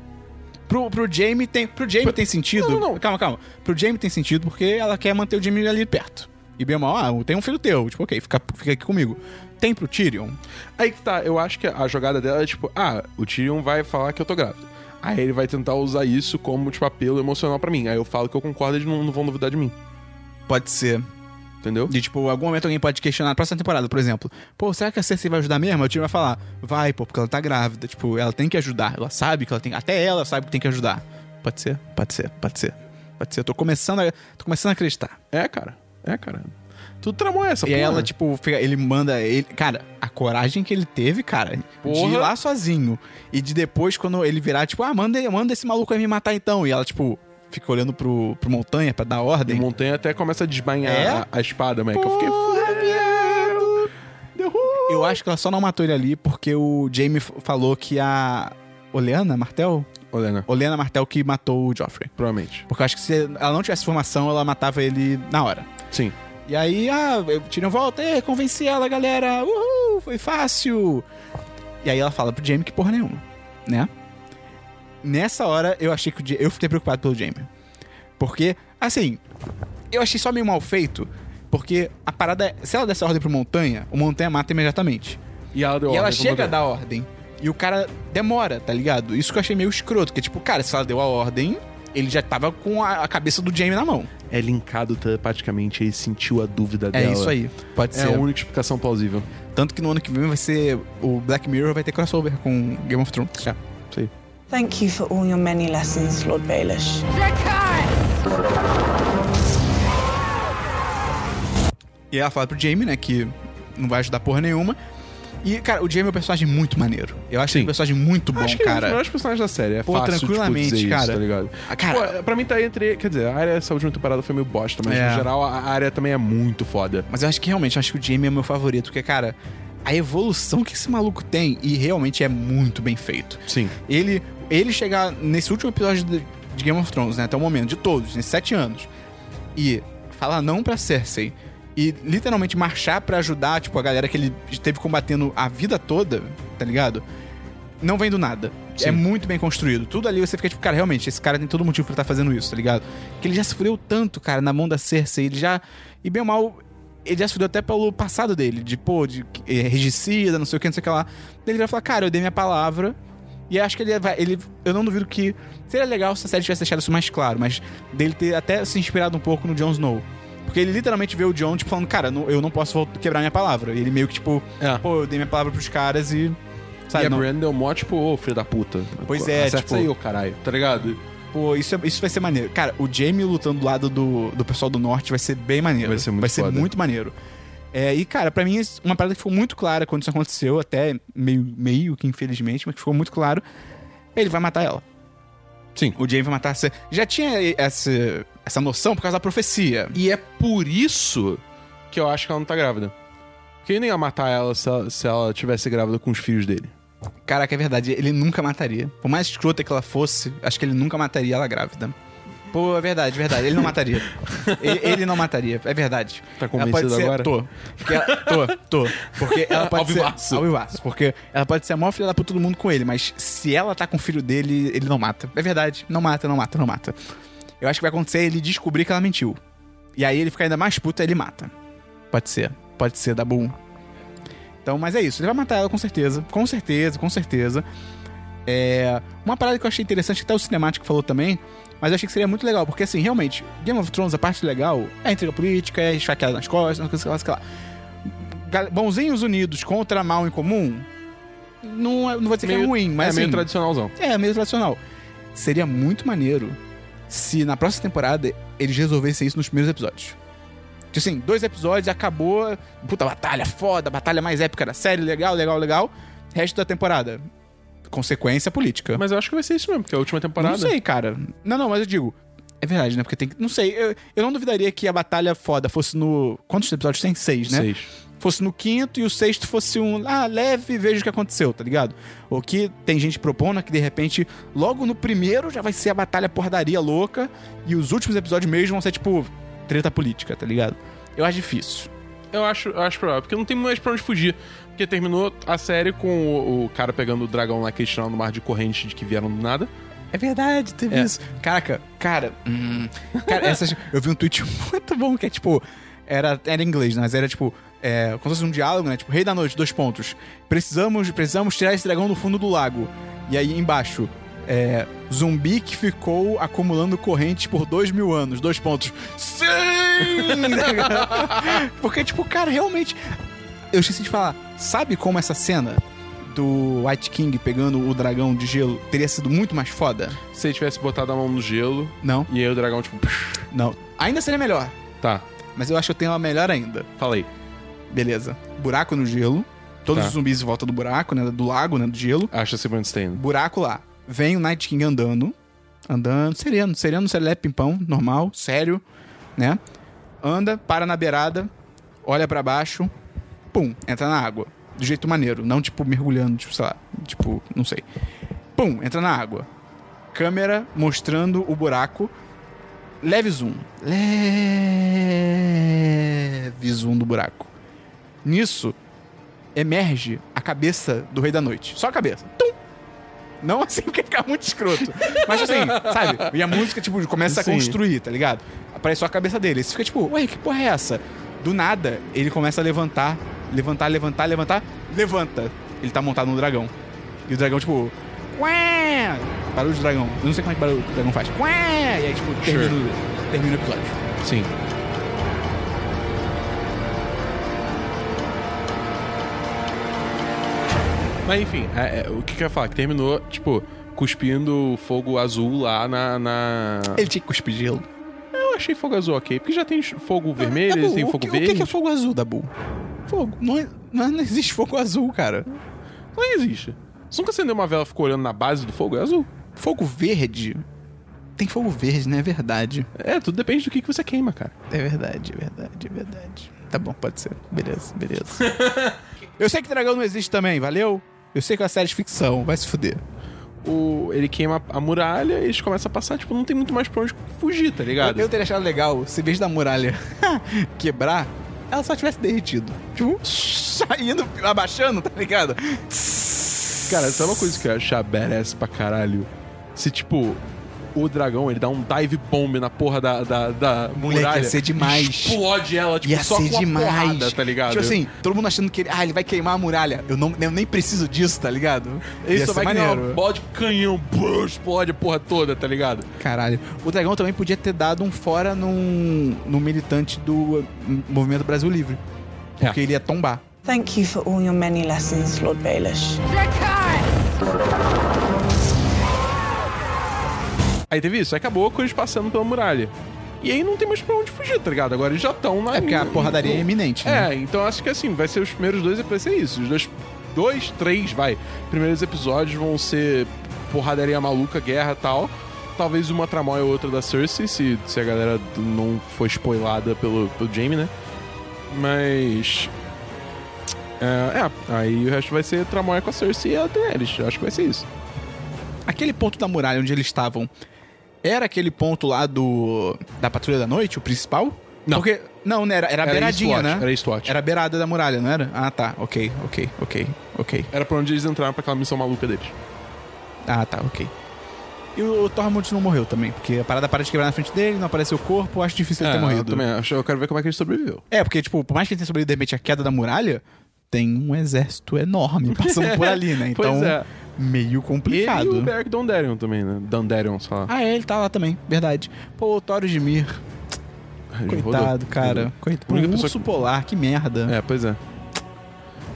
Pro, pro Jamie tem, pro Jamie tem sentido. Não, não. Calma, calma. Pro Jamie tem sentido porque ela quer manter o Jamie ali perto. E bem ou mal, ah, tem um filho teu. Tipo, ok, fica, fica aqui comigo. Tem pro Tyrion? Aí que tá, eu acho que a jogada dela é tipo, ah, o Tyrion vai falar que eu tô grávida. Aí ele vai tentar usar isso como, tipo, apelo emocional pra mim. Aí eu falo que eu concordo e eles não, não vão duvidar de mim. Pode ser. Entendeu? De tipo, em algum momento alguém pode questionar na próxima temporada, por exemplo. Pô, será que a Cersei vai ajudar mesmo? Aí O time vai falar, vai, pô, porque ela tá grávida. Tipo, ela tem que ajudar. Ela sabe que ela tem. Até ela sabe que tem que ajudar. Pode ser, pode ser, pode ser. Pode ser. Eu tô começando a. Tô começando a acreditar. É, cara. É, cara. Tu tramou essa, E aí ela, tipo, fica- ele manda ele. Cara, a coragem que ele teve, cara, de Porra. ir lá sozinho. E de depois, quando ele virar, tipo, ah, manda, manda esse maluco aí me matar então. E ela, tipo, fica olhando pro, pro montanha pra dar E ordem. Montanha até começa a desbanhar É? a, a espada, moleque. Eu fiquei... Porra, viado! Eu acho que ela só não matou ele ali porque o Jamie f- falou que a. Oleana Martel? Olena, Oleana Martel que matou o Joffrey. provavelmente. Porque eu acho que se ela não tivesse formação, ela matava ele na hora. Sim. E aí, ah, eu tirei volta, e convenci ela, galera. Uhul, foi fácil. E aí ela fala pro Jamie que porra nenhuma, né? Nessa hora, eu achei que o Ja- Eu fiquei preocupado pelo Jamie. Porque, assim, eu achei só meio mal feito. Porque a parada é. Se ela desse a ordem pro Montanha, o Montanha mata imediatamente. E ela deu e ordem ela pro chega a Montanha. dar ordem. E o cara demora, tá ligado? Isso que eu achei meio escroto. Que é tipo, cara, se ela deu a ordem, ele já tava com a, a cabeça do Jamie na mão. É linkado telepaticamente, ele sentiu a dúvida É dela. isso aí. Pode É ser. a única explicação plausível. Tanto que no ano que vem vai ser. O Black Mirror vai ter crossover com Game of Thrones. Já. Sei. Thank you for all your many lessons, Lord Baelish. E ela fala pro Jamie, né, que não vai ajudar porra nenhuma. E, cara, o Jamie é um personagem muito maneiro. Eu acho Sim. ele um personagem muito bom, Acho que é um dos cara. melhores personagens da série. É Pô, fácil, tranquilamente, tipo, dizer cara. Isso, tá ligado? Ah, cara- Pô, pra mim tá entre... Quer dizer, a área de saúde muito parada foi meio bosta, mas É. no geral a área também é muito foda. Mas eu acho que realmente, eu acho que o Jamie é meu favorito, porque, cara, a evolução que esse maluco tem, e realmente é muito bem feito. Sim. Ele, ele chegar nesse último episódio de, de Game of Thrones, né, até o momento, de todos, em sete anos, e falar não pra Cersei, e literalmente marchar pra ajudar, tipo, a galera que ele esteve combatendo a vida toda, tá ligado? Não vem do nada. Sim. É muito bem construído. Tudo ali você fica tipo, cara, realmente, esse cara tem todo motivo pra estar fazendo isso, tá ligado? Que ele já sofreu tanto, cara, na mão da Cersei, ele já. E bem ou mal, ele já sofreu até pelo passado dele, de, pô, de eh, regicida, não sei o que, não sei o que lá. Daí ele vai falar, cara, eu dei minha palavra. E acho que ele vai. Ele, eu não duvido que. Seria legal se a série tivesse deixado isso mais claro, mas dele ter até se inspirado um pouco no Jon Snow. Porque ele literalmente vê o Jon, tipo, falando, cara, não- eu não posso vol- quebrar minha palavra. E ele meio que, tipo, É. pô, eu dei minha palavra pros caras e. Sabe, e a não, Brand deu mó, tipo, ô, filho da puta. Pois é, Acerta tipo- isso aí, ô caralho. Tá ligado? Pô, isso, é- isso vai ser maneiro. Cara, o Jamie lutando do lado do, do pessoal do norte vai ser bem maneiro. Vai ser muito Vai ser foda. muito maneiro. É, e, cara, pra mim, isso- uma parada que ficou muito clara quando isso aconteceu, até meio, meio que infelizmente, mas que ficou muito claro, ele vai matar ela. Sim. O Jamie vai matar essa... Já tinha essa, essa noção por causa da profecia. E é por isso que eu acho que ela não tá grávida. Porque ele nem ia matar ela se ela, se ela tivesse grávida com os filhos dele. Caraca, é verdade, ele nunca mataria. Por mais escrota que ela fosse, acho que ele nunca mataria ela grávida. Pô, é verdade, é verdade. Ele não mataria. ele, ele não mataria, é verdade. Tá Ela pode convencido ser- agora? Tô. Porque ela- tô, tô. Porque ela pode Ao ser... vivaço. Ao vivaço. Porque ela pode ser a maior filha da puta do mundo com ele, mas se ela tá com o filho dele, ele não mata. É verdade, não mata, não mata, não mata. Eu acho que vai acontecer ele descobrir que ela mentiu. E aí ele fica ainda mais puto e ele mata. Pode ser. Pode ser, dá bom. Então, mas é isso. Ele vai matar ela com certeza. Com certeza, com certeza. É... Uma parada que eu achei interessante, que até o Cinemático falou também, mas eu achei que seria muito legal, porque assim, realmente, Game of Thrones, a parte legal é a intriga política, é esfaqueada nas costas, não sei o que lá, não sei o que lá. Gal- Bonzinhos unidos contra mal em comum, não, é- não vou dizer que é ruim, mas é meio assim, tradicionalzão. é, meio tradicional. Seria muito maneiro se na próxima temporada eles resolvessem isso nos primeiros episódios. Tipo assim, dois episódios, acabou. Puta, batalha foda, batalha mais épica da série, legal, legal, legal. Resto da temporada. Consequência política. Mas eu acho que vai ser isso mesmo, porque é a última temporada. Não sei, cara. Não, não, mas eu digo. É verdade, né? Porque tem que. Não sei. Eu, eu não duvidaria que a batalha foda fosse no. Quantos episódios tem? Seis, né? Seis. Fosse no quinto e o sexto fosse um. Ah, leve, veja o que aconteceu, tá ligado? O que tem gente propondo é que de repente, logo no primeiro já vai ser a batalha porradaria louca e os últimos episódios mesmo vão ser tipo. treta política, tá ligado? Eu acho difícil. Eu acho, eu acho provável, porque não tem mais pra onde fugir. Porque terminou a série com o, o cara pegando o dragão lá que eles tiraram no mar de corrente de que vieram do nada. É verdade, teve É. isso. Caraca, cara, hum, cara, essas. Eu vi um tweet muito bom que é tipo. Era, era em inglês, né? mas era tipo. É, como se fosse um diálogo, né? Tipo, Rei da Noite, dois pontos. Precisamos, precisamos tirar esse dragão do fundo do lago. E aí embaixo. É, zumbi que ficou acumulando correntes por dois mil anos, dois pontos. Sim! Porque, tipo, cara, realmente. Eu esqueci de falar. Sabe como essa cena do White King pegando o dragão de gelo teria sido muito mais foda? Se ele tivesse botado a mão no gelo, Não, e aí o dragão, tipo, psh, não. Ainda seria melhor, tá, mas eu acho que eu tenho uma melhor ainda. falei. Beleza. Buraco no gelo. Todos Tá. os zumbis em volta do buraco, né? Do lago, né? Do gelo. Acha-se Brandstein. Buraco lá. Vem o Night King andando. Andando. Sereno, sereno, serelepe, pimpão. Normal, sério, né? Anda, para na beirada, olha pra baixo. Pum, entra na água. Do jeito maneiro. Não, tipo, mergulhando, tipo, sei lá. Tipo, não sei. Pum, entra na água. Câmera mostrando o buraco. Leve zoom. Leve zoom do buraco. Nisso, emerge a cabeça do Rei da Noite. Só a cabeça. Tum! Não assim, porque ia ficar muito escroto. Mas assim, sabe? E a música, tipo, começa Sim. a construir, tá ligado? Aparece só a cabeça dele. Você fica tipo, ué, que porra é essa? Do nada, ele começa a levantar, levantar, levantar, levantar, levanta. Ele tá montado no dragão. E o dragão, tipo. Quá! Barulho de dragão. Eu não sei como é que barulho o dragão faz. Quá! E aí, tipo, termina, o- termina o episódio. Sim. Mas enfim, é- é, o que que eu ia falar? Que terminou, tipo, cuspindo fogo azul lá na. na- Ele tinha que cuspir gelo. Eu achei fogo azul ok, porque já tem fogo vermelho, Dabu, tem Tá o fogo que- verde. O que que é fogo azul, Dabu? Fogo. Não, é- não, não existe fogo azul, cara. Não existe. Você nunca acendeu uma vela e ficou olhando na base do fogo? É azul. Fogo verde. Tem fogo verde, né? É verdade. É, tudo depende do que, que você queima, cara. É verdade, é verdade, é verdade. Tá bom, pode ser. Beleza, beleza. Eu sei que dragão não existe também, valeu? Eu sei que é uma série de ficção, vai se fuder. O, ele queima a muralha e eles começam a passar, tipo, não tem muito mais pra onde fugir, tá ligado? Eu, eu teria achado legal se, em vez da muralha quebrar, ela só tivesse derretido. Tipo, saindo, abaixando, tá ligado? é Cara, sabe uma coisa que eu ia achar badass pra caralho? Se, tipo, o dragão, ele dá um dive bomb na porra da, da, da Moleque, muralha. ia ser demais. Explode ela, tipo, só com uma porrada, tá ligado? Tipo assim, todo mundo achando que ele, ah, ele vai queimar a muralha. Eu, não, eu nem preciso disso, tá ligado? ele Ia só ser vai ganhar uma bola de canhão, brrr, explode a porra toda, tá ligado? Caralho. O dragão também podia ter dado um fora num, num militante do eh, Movimento Brasil Livre. É. Porque ele ia tombar. Thank you for all your many lessons, Lord Baelish. Aí teve isso, aí acabou com eles passando pela muralha. E aí não tem mais pra onde fugir, tá ligado? Agora eles já estão na... É porque a porradaria é iminente, né? É, então acho que assim, vai ser os primeiros dois, vai ser isso. Os dois, dois, três, vai. Primeiros episódios vão ser porradaria maluca, guerra e tal. Talvez uma tramóia ou outra da Cersei, se, se a galera d- não foi spoilada pelo, pelo Jamie, né? Mas. É, é, aí o resto vai ser tramóia com a Cersei e a Daenerys. Acho que vai ser isso. Aquele ponto da muralha onde eles estavam era aquele ponto lá do da Patrulha da Noite, o principal? Não. Porque, não, né? Era, era a beiradinha, Eastwatch, né? Era Eastwatch. Era a beirada da muralha, não era? Ah, tá. Ok, ok, ok, ok. Era pra onde eles entraram pra aquela missão maluca deles. Ah, tá, ok. E o Tormund não morreu também, porque a parada para de quebrar na frente dele, não apareceu o corpo, acho difícil ele ter Ah, É, Eu, morrido. também acho, eu quero ver como é que ele sobreviveu. É, porque, tipo, por mais que ele tenha sobrevivido de repente à queda da muralha, tem um exército enorme passando por ali, né? Então, Pois é. meio Ele e o complicado. Beric Dondarrion também, né? Dondarrion, sei lá. Ah, é, ele tá lá também, verdade. Pô, o Toro de Mir, Ele rodou. coitado, cara. Rodou. Coitado. A única Um pessoa urso que- polar, que merda. É, pois é.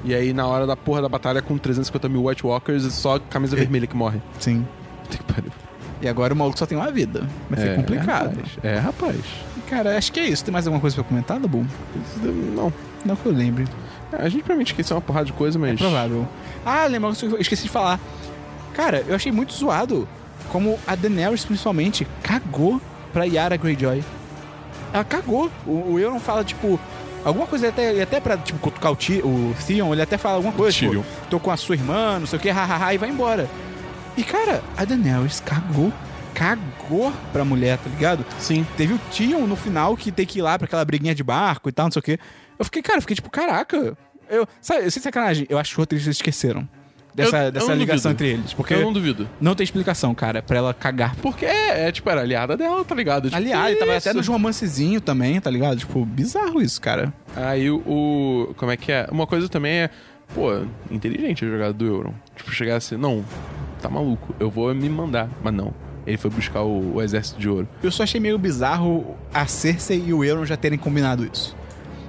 E aí, na hora da porra da batalha com 350 mil White Walkers, é só camisa vermelha que morre. Sim. Puta que pariu. E agora o maluco só tem uma vida. Vai ser complicado. Rapaz. É, rapaz. Cara, acho que é isso. Tem mais alguma coisa pra comentar, Dabu? Isso daí- Não. Não que eu lembre. É, A gente provavelmente esqueceu uma porrada de coisa, mas. É provável. Ah, lembra que eu esqueci de falar. Cara, eu achei muito zoado como a Daenerys, principalmente, cagou pra Yara Greyjoy. Ela cagou. O, o Euron fala, tipo... Alguma coisa ele até, ele até pra, tipo, cutucar o, Ti- o Theon, ele até fala alguma coisa, tipo... Tyrion. Tô com a sua irmã, não sei o que, hahaha, e vai embora. E, cara, a Daenerys cagou. Cagou pra mulher, tá ligado? Sim. Teve o Tion no final que tem que ir lá pra aquela briguinha de barco e tal, não sei o quê. Eu fiquei, cara, eu fiquei tipo, caraca. Eu, sabe, sem sacanagem, eu acho que os roteiristas esqueceram dessa, Eu- eu dessa não ligação duvido. entre eles. Porque Eu não... não duvido. tem explicação, cara, pra ela cagar. Porque é, é, tipo, era aliada dela, tá ligado? Tipo, Aliás, ele tava isso. até nos romancezinhos também, tá ligado? Tipo, bizarro isso, cara. Aí o, o- Como é que é? Uma coisa também é. Pô, inteligente a jogada do Euron. Tipo, chegar assim, não, tá maluco, eu vou me mandar. Mas não. Ele foi buscar o, o exército de ouro. Eu só achei meio bizarro a Cersei e o Euron já terem combinado isso.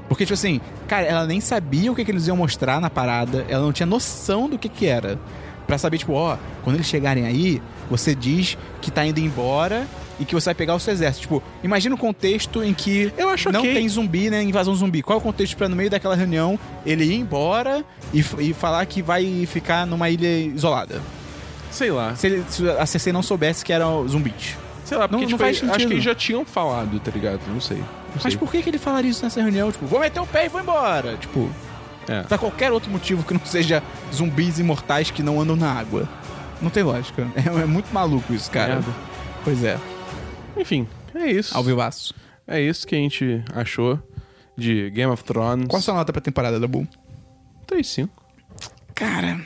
Porque, tipo assim, cara, ela nem sabia o que, que eles iam mostrar na parada, ela não tinha noção do que que era. Pra saber, tipo, ó, quando eles chegarem aí, você diz que tá indo embora e que você vai pegar o seu exército. Tipo, imagina o contexto em que Eu acho não ok. tem zumbi, né? Invasão zumbi. Qual é o contexto pra no meio daquela reunião ele ir embora e, f- e falar que vai ficar numa ilha isolada? Sei lá. Se, ele, se a Cersei não soubesse que eram zumbis. Sei lá, porque Não- não tipo, faz eles- acho sentido. que eles já tinham falado, tá ligado? Não sei. Não Mas sei. por que, que ele falaria isso nessa reunião? Tipo, vou meter o pé e vou embora. Tipo, É. pra qualquer outro motivo que não seja zumbis imortais que não andam na água. Não tem lógica. É, é muito maluco isso, cara. Merda. Pois é. Enfim, é isso. Ao vivaço. É isso que a gente achou de Game of Thrones. Qual a sua nota pra temporada, Dabu? 3,5. Cara,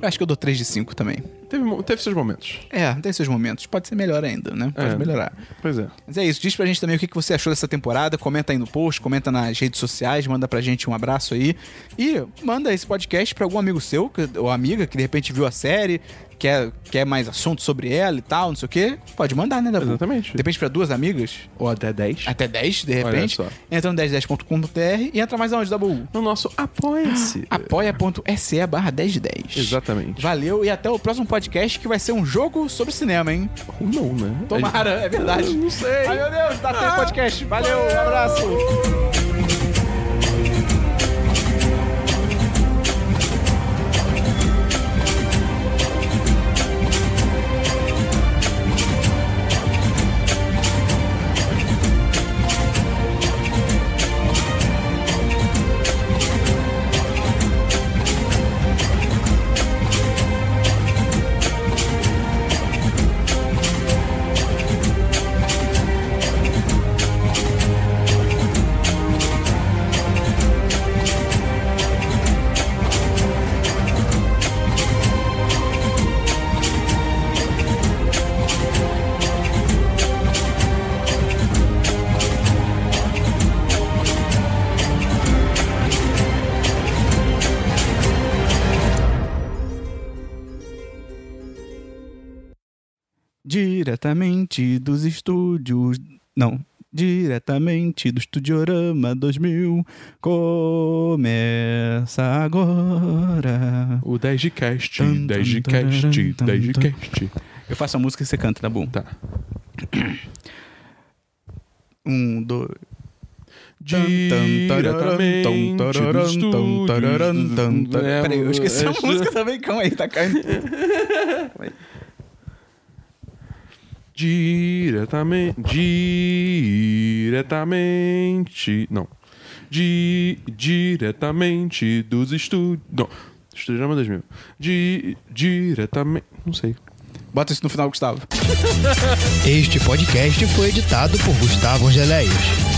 Eu acho que eu dou 3 de 5 também. Teve, mo- teve seus momentos. É, tem seus momentos. Pode ser melhor ainda, né? Pode É. melhorar. Pois é. Mas é isso. Diz pra gente também o que que você achou dessa temporada. Comenta aí no post, comenta nas redes sociais, manda pra gente um abraço aí. E manda esse podcast pra algum amigo seu que- ou amiga que de repente viu a série, quer, quer mais assunto sobre ela e tal, não sei o quê. Pode mandar, né, Dabu? Exatamente. De repente pra duas amigas, Ou até 10. até 10, de Olha repente. só. Entra no 1010.com.br e entra mais aonde, Dabu? No nosso Apoia-se. apoia.se barra 1010. Exatamente. Valeu e até o próximo podcast que vai ser um jogo sobre cinema, hein? Ou não, né? Tomara, é verdade. Não sei. Ai, meu Deus, tá tendo podcast. Valeu, um abraço. Diretamente dos estúdios. Não. Diretamente do Estudiorama 2000. Começa agora. O 10 de cast, Tum, 10 de tum, tararam, cast, tum, 10 de tum. cast. Eu faço a música e você canta, tá bom? Tá. Um, dois. Diretamente do estúdio. Peraí, eu esqueci É, a é, música também. Calma aí, tá caindo. Diretamente. Diretamente. Não. Di, diretamente dos estúdios. Não. Estudiorama 2000. Di, diretamente. Não sei. Bota isso no final, Gustavo. Este podcast foi editado por Gustavo Angeléias.